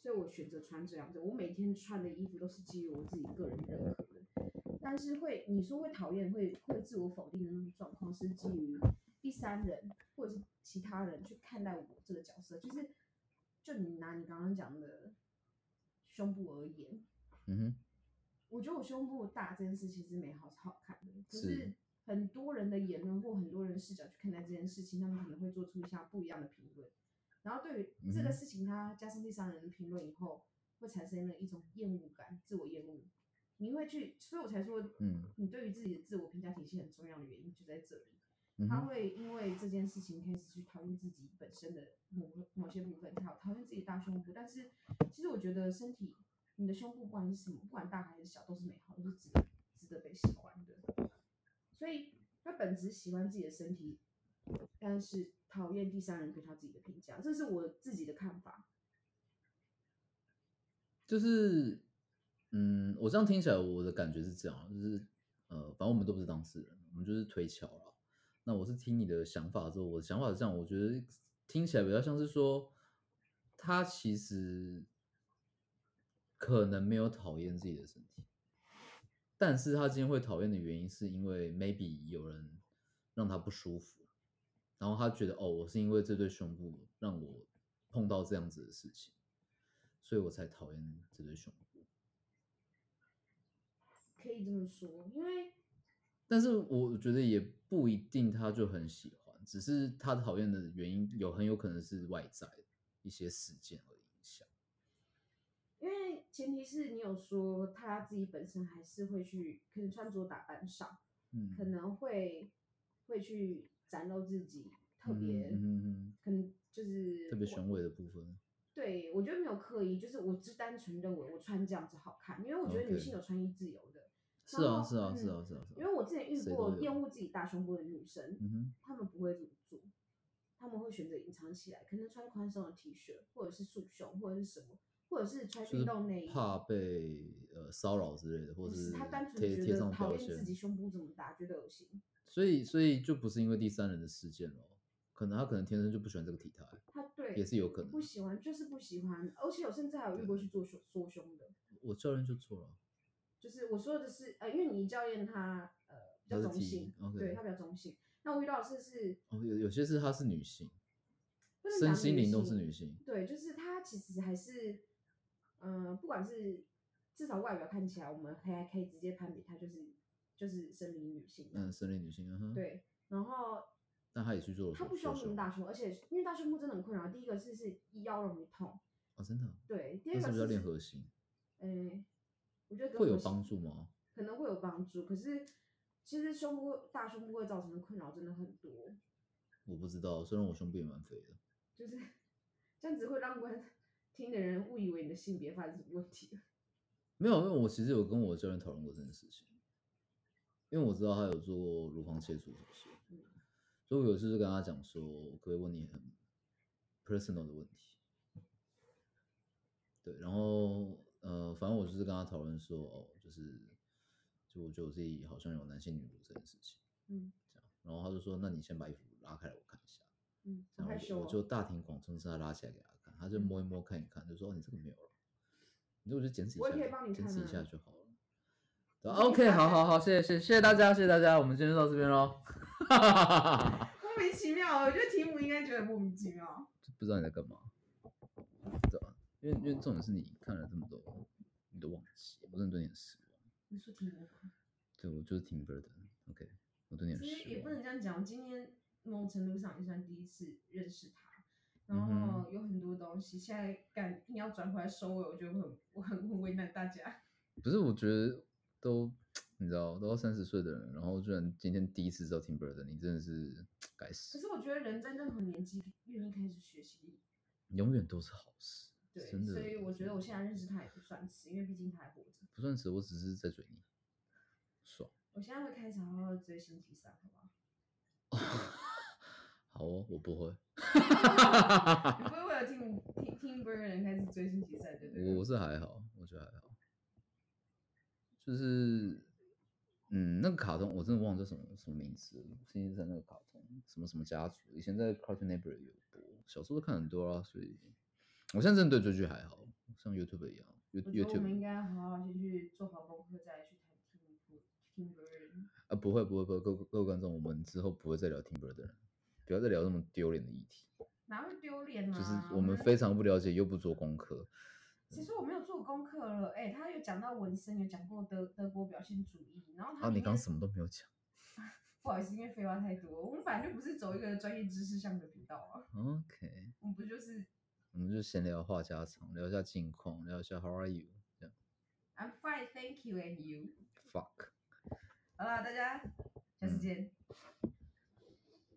[SPEAKER 1] 所以我选择穿这样子。我每天穿的衣服都是基于我自己个人认可的。但是会，你说会讨厌，会会自我否定的那种状况，是基于第三人或者是其他人去看待我这个角色，就是就你拿你刚刚讲的胸部而言，
[SPEAKER 2] 嗯哼，
[SPEAKER 1] 我觉得我胸部大这件事其实美好是好看的，可
[SPEAKER 2] 是
[SPEAKER 1] 是很多人的言论或很多人的视角去看待这件事情，他们可能会做出一下不一样的评论，然后对于这
[SPEAKER 2] 嗯
[SPEAKER 1] 个
[SPEAKER 2] 哼
[SPEAKER 1] 事情，他加上第三人的评论以后，会产生了一种厌恶感，自我厌恶。你会去，所以我才说，
[SPEAKER 2] 嗯，
[SPEAKER 1] 你对于自己的自我评价体系很重要的原因就在这里。
[SPEAKER 2] 嗯
[SPEAKER 1] 他
[SPEAKER 2] 哼，
[SPEAKER 1] 会因为这件事情开始去讨厌自己本身的某某些部分，讨讨厌自己的大胸部。但是其实我觉得身体，你的胸部不管是什么，不管大还是小，都是美好，都是值得值得被喜欢的。所以他本质喜欢自己的身体，但是讨厌第三人对他自己的评价，这是我自己的看法。
[SPEAKER 2] 就是，嗯，我这样听起来，我的感觉是这样，啊就是，呃，反正我们都不是当事人，我们就是推敲了。那我是听你的想法之后，我的想法是这样，我觉得听起来比较像是说，他其实可能没有讨厌自己的身体，但是他今天会讨厌的原因，是因为 maybe 有人让他不舒服，然后他觉得哦，我是因为这对胸部让我碰到这样子的事情，所以我才讨厌这对胸部。
[SPEAKER 1] 可以这么说，因为
[SPEAKER 2] 但是我觉得也不一定他就很喜欢，只是他讨厌的原因有很有可能是外在的一些事件而影响。
[SPEAKER 1] 因为前提是你有说他自己本身还是会去，可能穿着打扮上可
[SPEAKER 2] 嗯，
[SPEAKER 1] 能会会去展露自己特
[SPEAKER 2] 嗯
[SPEAKER 1] 别，
[SPEAKER 2] 嗯嗯嗯
[SPEAKER 1] 可能就是
[SPEAKER 2] 特别
[SPEAKER 1] 我
[SPEAKER 2] 雄伟的部分。
[SPEAKER 1] 对，我觉得没有刻意，就是我只单纯认为我穿这样子好看，因为我觉得女
[SPEAKER 2] OK
[SPEAKER 1] 性有穿衣自由的。
[SPEAKER 2] 是
[SPEAKER 1] 然
[SPEAKER 2] 啊，
[SPEAKER 1] 后
[SPEAKER 2] 是啊，是
[SPEAKER 1] 嗯
[SPEAKER 2] 啊，是啊，是
[SPEAKER 1] 因
[SPEAKER 2] 啊。
[SPEAKER 1] 为我之前遇
[SPEAKER 2] 谁都
[SPEAKER 1] 过
[SPEAKER 2] 有
[SPEAKER 1] 厌恶自己大胸部的女生，
[SPEAKER 2] 嗯哼，
[SPEAKER 1] 她们不会这么做，她们会选择隐藏起来，可能穿宽松的 T 恤，或者是束胸，或者是什么，或者是穿
[SPEAKER 2] 就
[SPEAKER 1] 运
[SPEAKER 2] 是
[SPEAKER 1] 动内衣。
[SPEAKER 2] 怕被呃骚扰之类的，或
[SPEAKER 1] 不
[SPEAKER 2] 是
[SPEAKER 1] 是，她单纯
[SPEAKER 2] 贴
[SPEAKER 1] 觉
[SPEAKER 2] 贴
[SPEAKER 1] 得
[SPEAKER 2] 上
[SPEAKER 1] 讨
[SPEAKER 2] 标
[SPEAKER 1] 厌自己
[SPEAKER 2] 签。
[SPEAKER 1] 胸部这么大，觉得恶心。
[SPEAKER 2] 所以，所以就不是因为第三人的事件咯，可能他可能天生就不喜欢这个体态，
[SPEAKER 1] 她对
[SPEAKER 2] 也是有可能
[SPEAKER 1] 不。喜欢，就是不喜欢。而且我甚至还有遇过去做胸缩胸的，
[SPEAKER 2] 我教练就做了，
[SPEAKER 1] 就是我说的是，呃，因为你教练他呃比较
[SPEAKER 2] 他是
[SPEAKER 1] 中
[SPEAKER 2] T，
[SPEAKER 1] 性
[SPEAKER 2] OK
[SPEAKER 1] 对他比较中性。那我遇到的是是，
[SPEAKER 2] 哦，有有些是她是女性，
[SPEAKER 1] 不能
[SPEAKER 2] 身
[SPEAKER 1] 讲
[SPEAKER 2] 心
[SPEAKER 1] 女
[SPEAKER 2] 灵都是
[SPEAKER 1] 性
[SPEAKER 2] 女性。
[SPEAKER 1] 对，就是他其实还是，嗯、不管是至少外表看起来，我们还可以直接攀比他就是就是生理女性这样
[SPEAKER 2] 嗯，
[SPEAKER 1] 子，
[SPEAKER 2] 生理女性，嗯哼，，
[SPEAKER 1] 对，然后
[SPEAKER 2] 但她也去做了
[SPEAKER 1] 他
[SPEAKER 2] 手
[SPEAKER 1] 不需要
[SPEAKER 2] 手
[SPEAKER 1] 那么
[SPEAKER 2] 术
[SPEAKER 1] 大胸，而且因为大胸部真的很困扰。第一个是是腰容易痛，
[SPEAKER 2] 哦，真的哦，
[SPEAKER 1] 对，第
[SPEAKER 2] 那
[SPEAKER 1] 二
[SPEAKER 2] 是
[SPEAKER 1] 个
[SPEAKER 2] 不是要练
[SPEAKER 1] 是
[SPEAKER 2] 核心？
[SPEAKER 1] 嗯，我觉得跟
[SPEAKER 2] 会有
[SPEAKER 1] 核心
[SPEAKER 2] 帮助吗？
[SPEAKER 1] 可能会有帮助，可是其实胸部大胸部会造成的困扰真的很多，
[SPEAKER 2] 我不知道，虽然我胸部也蛮肥的，
[SPEAKER 1] 就是这样子会让观听的人误以为你的性别发生什么问题了。
[SPEAKER 2] 没有，因为我其实有跟我教练讨论过这件事情，因为我知道他有做过乳房切除手术
[SPEAKER 1] 嗯，
[SPEAKER 2] 所以我有一次就跟他讲说，我可不可以问你很 personal 的问题，对，然后呃，反正我就是跟他讨论说，哦，就是就我觉得我自己好像有男性女乳这件事情，
[SPEAKER 1] 嗯
[SPEAKER 2] 这样，然后他就说，那你先把衣服拉开来我看一下，
[SPEAKER 1] 嗯，好
[SPEAKER 2] 然后
[SPEAKER 1] 害羞、
[SPEAKER 2] 我
[SPEAKER 1] 哦。
[SPEAKER 2] 就大庭广众之下拉起来给他看，他就
[SPEAKER 1] 嗯
[SPEAKER 2] 摸一摸看一看，就说、哦、你这个没有了，你说我就检视一
[SPEAKER 1] 我
[SPEAKER 2] 下
[SPEAKER 1] 也可以
[SPEAKER 2] 吧，
[SPEAKER 1] 帮你
[SPEAKER 2] 检
[SPEAKER 1] 看
[SPEAKER 2] 视一
[SPEAKER 1] 啊
[SPEAKER 2] 下就好了。对
[SPEAKER 1] 你可以啊
[SPEAKER 2] OK，
[SPEAKER 1] 打
[SPEAKER 2] 好
[SPEAKER 1] 开
[SPEAKER 2] 好好，谢谢谢谢谢谢大家，谢谢大家，我们今天就到这边喽。
[SPEAKER 1] 莫名其妙，哦我觉得题目应该觉得莫名其妙。
[SPEAKER 2] *laughs* 不知道你在干嘛，对吧、因为因为重点是你看了这么多，你都忘记，我真的对你很失望。
[SPEAKER 1] 你说题目吗？
[SPEAKER 2] 对我就是挺 bird 的，OK，我对你很
[SPEAKER 1] 其实
[SPEAKER 2] 失
[SPEAKER 1] 也不
[SPEAKER 2] 望
[SPEAKER 1] 能。这样讲，今天某种程度上也算第一次认识他，然
[SPEAKER 2] 嗯
[SPEAKER 1] 后有很多东西，现在敢硬要转回来收尾，我觉得我很我很很为难大家。
[SPEAKER 2] 不是，我觉得都你知道，都三十岁的人，然后居然今天第一次知道 Timber 的，你真的是该死
[SPEAKER 1] 可。是我觉得人在任何年纪愿意开始学习，
[SPEAKER 2] 永远都是好事。
[SPEAKER 1] 对，
[SPEAKER 2] 真的
[SPEAKER 1] 所以我觉得我现
[SPEAKER 2] 在
[SPEAKER 1] 在认识他也不算迟，因为毕竟他还活着。
[SPEAKER 2] 不算迟，我只是在追你，爽。
[SPEAKER 1] 我现在会开始好好追星期三，好不好？ *laughs*
[SPEAKER 2] 好哦，我不会，
[SPEAKER 1] 你不会为了听听听歌的人开始追星期三，对不对？
[SPEAKER 2] 我我是还好，我觉得还好。就是，嗯，那个卡通我真的忘了叫什么什么名字了，星期三那个卡通，什么什么家族，以前在 Cartoon Network 有播，小时候都看很多啦，所以我现在真的对追剧还好，像 YouTube 一样，You
[SPEAKER 1] 我觉得我们应
[SPEAKER 2] YouTube
[SPEAKER 1] 该好好先去做好功课，再来去谈听歌听歌人。
[SPEAKER 2] 啊，不会不会不会，各位各位观众，我们之后不会再聊 Timber 的人，不要再聊那么丢脸的议题。
[SPEAKER 1] 哪会丢脸啊？
[SPEAKER 2] 就是我们非常不了解，又不做功课。
[SPEAKER 1] 其实我没有做功课了，哎、他有讲到文森，有讲过德德国表现主义，然后他
[SPEAKER 2] 啊，你
[SPEAKER 1] 里
[SPEAKER 2] 刚
[SPEAKER 1] 面
[SPEAKER 2] 什么都没有讲。
[SPEAKER 1] 不好意思，因为废话太多，我们本来就不是走一个专业知识向的频道啊，
[SPEAKER 2] OK，
[SPEAKER 1] 我们不就是
[SPEAKER 2] 我们就闲聊话家常，聊一下近况，聊一下 How are you 这样。
[SPEAKER 1] I'm fine, thank you and you。
[SPEAKER 2] Fuck。
[SPEAKER 1] 好啦，大家下次
[SPEAKER 2] 嗯
[SPEAKER 1] 见。